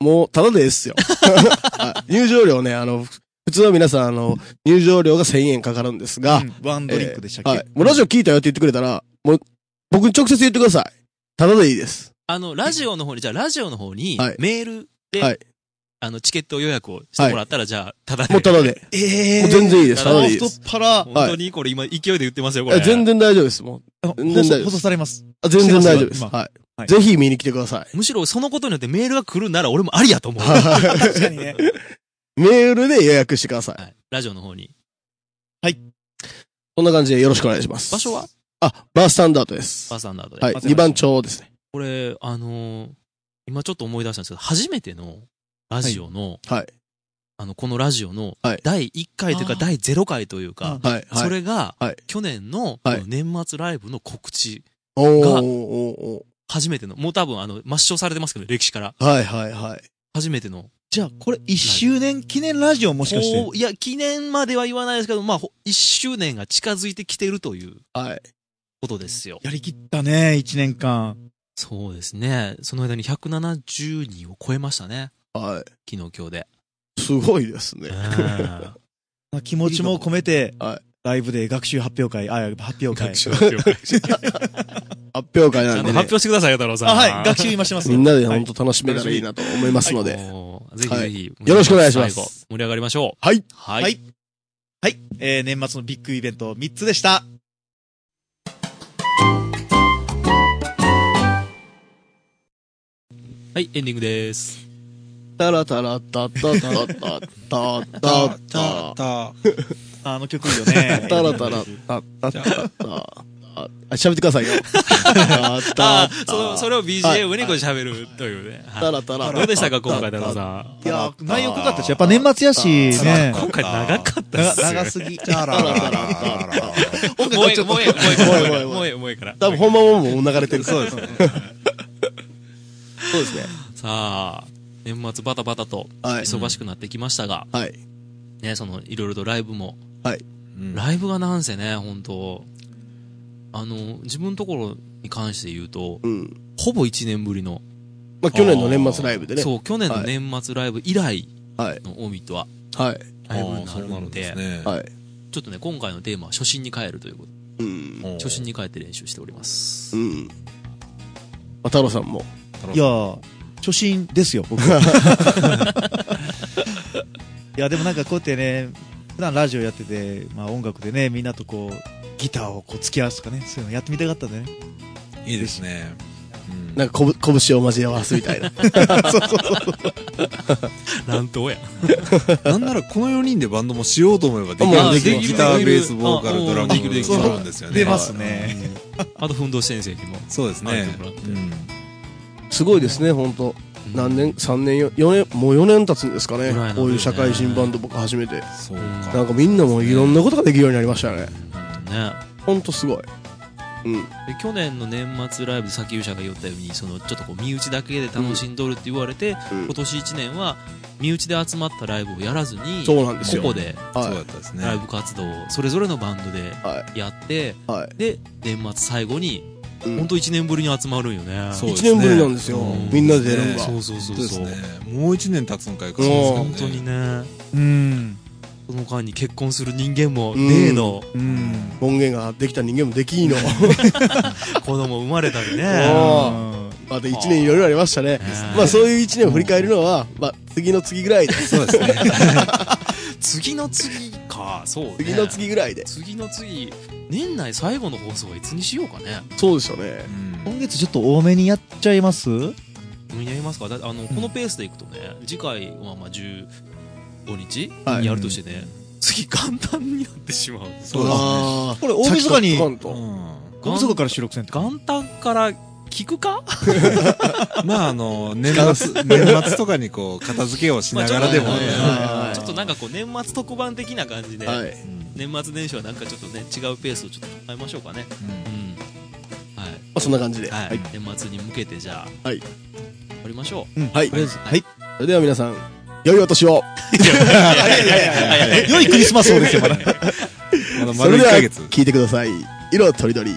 Speaker 4: もう、ただですよ。はい入場料ね、あの、普通は皆さん、あの、入場料が1000円かかるんですが、
Speaker 3: うんワンドリンクでしたっけ、
Speaker 4: はい。もうラジオ聞いたよって言ってくれたら、もう、僕に直接言ってください。ただでいいです。
Speaker 5: あの、ラジオの方に、じゃあラジオの方に
Speaker 4: はい、
Speaker 5: メールで、
Speaker 4: はい
Speaker 5: あの、チケット予約をしてもらったら、じゃあ、ただで。
Speaker 4: もうただで。
Speaker 3: ええー。
Speaker 4: もう全然いいです。ただでいいで
Speaker 3: 太
Speaker 4: す。
Speaker 3: っ腹。
Speaker 5: 本当にこれ今勢いで言ってますよ、こ
Speaker 4: え
Speaker 5: れ。
Speaker 4: 全然大丈夫です。もう。全然
Speaker 3: 放
Speaker 4: 大丈夫
Speaker 3: 送放送されます。
Speaker 4: あ全然大丈夫です。
Speaker 3: 今
Speaker 4: は
Speaker 3: はい
Speaker 4: い。ぜひ見に来てくださ
Speaker 5: むしろそのことによってメールが来るなら俺もありや と思う。はい
Speaker 3: 確かにね。
Speaker 4: い。メールで予約してください。
Speaker 5: い。ラジオの方に。
Speaker 4: こんな感じでよろしくお願いします。
Speaker 5: 場所は
Speaker 4: あ、バースタンダードです。
Speaker 5: バーサンダードで。
Speaker 4: はい。2番町ですね。
Speaker 5: これ、あのー今ちょっと思い出したんですけど、初めてのラジオの、
Speaker 4: はい。
Speaker 5: あの、このラジオの
Speaker 4: はい、
Speaker 5: 第1回というか、
Speaker 3: あー
Speaker 5: 第0回というか、
Speaker 4: はい。はい。
Speaker 5: それが
Speaker 4: はい、
Speaker 5: 去年の、こ
Speaker 4: はい
Speaker 5: の年末ライブの告知、
Speaker 4: おーおーおー
Speaker 5: が
Speaker 4: お
Speaker 5: 初めての、もう多分、あの、抹消されてますけど、歴史から。
Speaker 4: ーはいはいはい。
Speaker 5: 初めての。
Speaker 3: じゃあ、これ1周年記念ラジオもしかして
Speaker 5: こ。ういや、記念までは言わないですけど、まあ、1周年が近づいてきてるという
Speaker 4: はい。
Speaker 5: ことですよ。
Speaker 3: やりきったね、1年間。
Speaker 5: そうですね。その間に170人を超えましたね。
Speaker 4: は
Speaker 5: 昨日今日で。
Speaker 4: い。すごいですね。
Speaker 5: うん
Speaker 3: なん気持ちも込めて
Speaker 4: はい、
Speaker 3: ライブで学習発表会、あ、発表会。
Speaker 5: 発表会ち
Speaker 4: 発表会
Speaker 5: ゃ
Speaker 4: なんんでね。
Speaker 5: と発表してください、よ太郎さん。
Speaker 3: あ、はい、学習今してます
Speaker 4: み
Speaker 3: よ。
Speaker 4: んなで本当楽しめたらいいなと思いますので。
Speaker 5: もうぜひぜひ、
Speaker 4: はいよろしくお願いします
Speaker 5: 最後。盛り上がりましょう。
Speaker 4: はい。
Speaker 5: は
Speaker 3: はいい。はい、えー年末のビッグイベント3つでした。
Speaker 5: はい、エンディングです。
Speaker 4: タラタラタタタタタタタ
Speaker 3: あの曲いいよ ね。
Speaker 4: タラタラタタタタあ、喋ってくださいよ。タ
Speaker 5: あ
Speaker 4: タ
Speaker 5: あ、そのそれを BGM にこう喋るというね。
Speaker 4: タ
Speaker 5: は
Speaker 4: ラタラ。
Speaker 5: いどうでしたか、今回、太郎さん。
Speaker 3: いや、内容濃かったし、やっぱ年末やし、ね。
Speaker 5: 今回長かった
Speaker 3: 長
Speaker 5: っすよね。
Speaker 3: 長すぎ。
Speaker 5: もうええ、もうええ、もうええ、もうええ、もうええから。
Speaker 4: 多分本番ももう流れてる。そうですね。
Speaker 5: さあ、年末バタバタと
Speaker 4: はい
Speaker 5: 忙しくなってきましたが、
Speaker 4: はい。
Speaker 5: ね、その、いろいろとライブも。
Speaker 4: はい
Speaker 2: ん
Speaker 5: ライブがなんせね、本当あの、自分のところに関して言うと、
Speaker 4: うん。
Speaker 5: ほぼ1年ぶりの、
Speaker 4: まあ去年の年末ライブでね。
Speaker 5: そう、去年の年末ライブ以来
Speaker 4: はい。
Speaker 5: のオミットは
Speaker 4: はい。
Speaker 5: ライブになるので、
Speaker 2: ね
Speaker 4: はい。
Speaker 5: ちょっとね、今回のテーマは初心に帰るということで
Speaker 4: うん。
Speaker 5: 初心に帰って練習してお ります。
Speaker 4: うん。まあ、太郎さんも。
Speaker 3: いやー、初心ですよ、僕は。 いや、でもなんかこうやってね、普段ラジオやってて、まあ音楽でね、みんなとこう、ギターをこう付き合わすとかね、そういうのやってみたかったんでね。
Speaker 2: いいですね。うん
Speaker 4: なんかこぶ、拳を交え合わすみ たいな。
Speaker 5: 乱闘や。
Speaker 2: なんならこの4人でバンドもしようと思えばでき
Speaker 4: もう
Speaker 2: る
Speaker 4: で
Speaker 2: し
Speaker 4: きる
Speaker 2: ギター、ベース、ボーカ
Speaker 5: あ
Speaker 2: ル、
Speaker 5: うん
Speaker 2: ドラム、
Speaker 5: できるできる
Speaker 2: そうなんですよね。
Speaker 3: 出ますね。
Speaker 5: あと、ふんどし先生にも。
Speaker 2: そうです
Speaker 5: ありが
Speaker 2: ね
Speaker 5: とうございま。
Speaker 2: うん
Speaker 4: すごいですね、本当何年、3年、4年、もう4年経つんですかね
Speaker 5: ぐらいなんだ。よね
Speaker 4: こういう社会人バンド僕初めて。
Speaker 2: そう
Speaker 5: う
Speaker 4: なんかみんなもういろんなことができるようになりましたね。
Speaker 5: ね。
Speaker 4: ほんとすごい。うん。
Speaker 5: で去年の年末ライブで先勇者が言ったようにそのちょっとこう身内だけで楽しんどるって言われて、
Speaker 4: うん
Speaker 5: 今年1年は身内で集まったライブをやらずに
Speaker 4: そうなんですよ
Speaker 5: ここで
Speaker 2: そうだ
Speaker 4: は
Speaker 2: ったですね
Speaker 5: ラ。イブ活動をそれぞれのバンドで
Speaker 4: い。は
Speaker 5: やって、
Speaker 4: い。はい。
Speaker 5: で年末最後に、
Speaker 4: うん
Speaker 5: ほんと1年ぶりに集まるんよね
Speaker 2: そう
Speaker 4: 1年ぶりなんですよ
Speaker 5: うん。
Speaker 4: みんなで出るのが。
Speaker 5: そうそうそ
Speaker 2: そう
Speaker 5: う
Speaker 2: で
Speaker 5: そ
Speaker 2: す
Speaker 5: う、
Speaker 2: ね。もう1年経つのかよ、これ
Speaker 4: もう
Speaker 5: 本当に。ね
Speaker 3: うん。
Speaker 5: その間に結婚する人間も例の
Speaker 3: うん。
Speaker 4: 音源ができた人間もできいの。
Speaker 5: 子供生まれたりね
Speaker 4: ああと1年いろいろありましたね
Speaker 5: あ。ー
Speaker 4: まあそういう1年を振り返るのは、まあ次の次ぐらいで。
Speaker 2: そうですね。
Speaker 5: 次の次かそうね
Speaker 4: 次の次ぐらいで。
Speaker 5: 次の次年内最後の放送はいつにしようかね
Speaker 4: そうですよね
Speaker 2: う。ん
Speaker 3: 今月ちょっと多めにやっちゃいます
Speaker 5: になりますかだってあのこのペースでいくとね次回はまあ15日
Speaker 4: はい
Speaker 5: にやるとしてね次元旦になってしまう
Speaker 2: そうですね。
Speaker 4: ああ。
Speaker 3: これ大晦日に、
Speaker 4: さっき
Speaker 3: 大
Speaker 4: とポカンと
Speaker 2: う
Speaker 3: 晦日から収録せんとか。
Speaker 5: 元旦から聞くか
Speaker 2: んまあ、あの、年末、年末とかにこう、片付けをしながらでもね
Speaker 5: まあ。
Speaker 4: はいはい
Speaker 5: ちょっとなんかこう年末特番的な感じで
Speaker 4: はい。
Speaker 2: うん
Speaker 5: 年末年始はなんかちょっとね違うペースをちょっと変えましょうかねうんはい
Speaker 4: まあそんな感じで。
Speaker 5: は
Speaker 4: はいい。、
Speaker 5: 年末に向けてじゃあ、
Speaker 4: はい
Speaker 5: 終わりましょう。
Speaker 4: はい。
Speaker 5: とりあえずはい。
Speaker 4: それでは皆さん、良いお年を。
Speaker 3: 良いクリスマスをですよ、まだ。
Speaker 2: まだ
Speaker 4: そ
Speaker 2: 丸1
Speaker 4: れでは
Speaker 2: ヶ月。
Speaker 4: 聞いてください。色とりどり。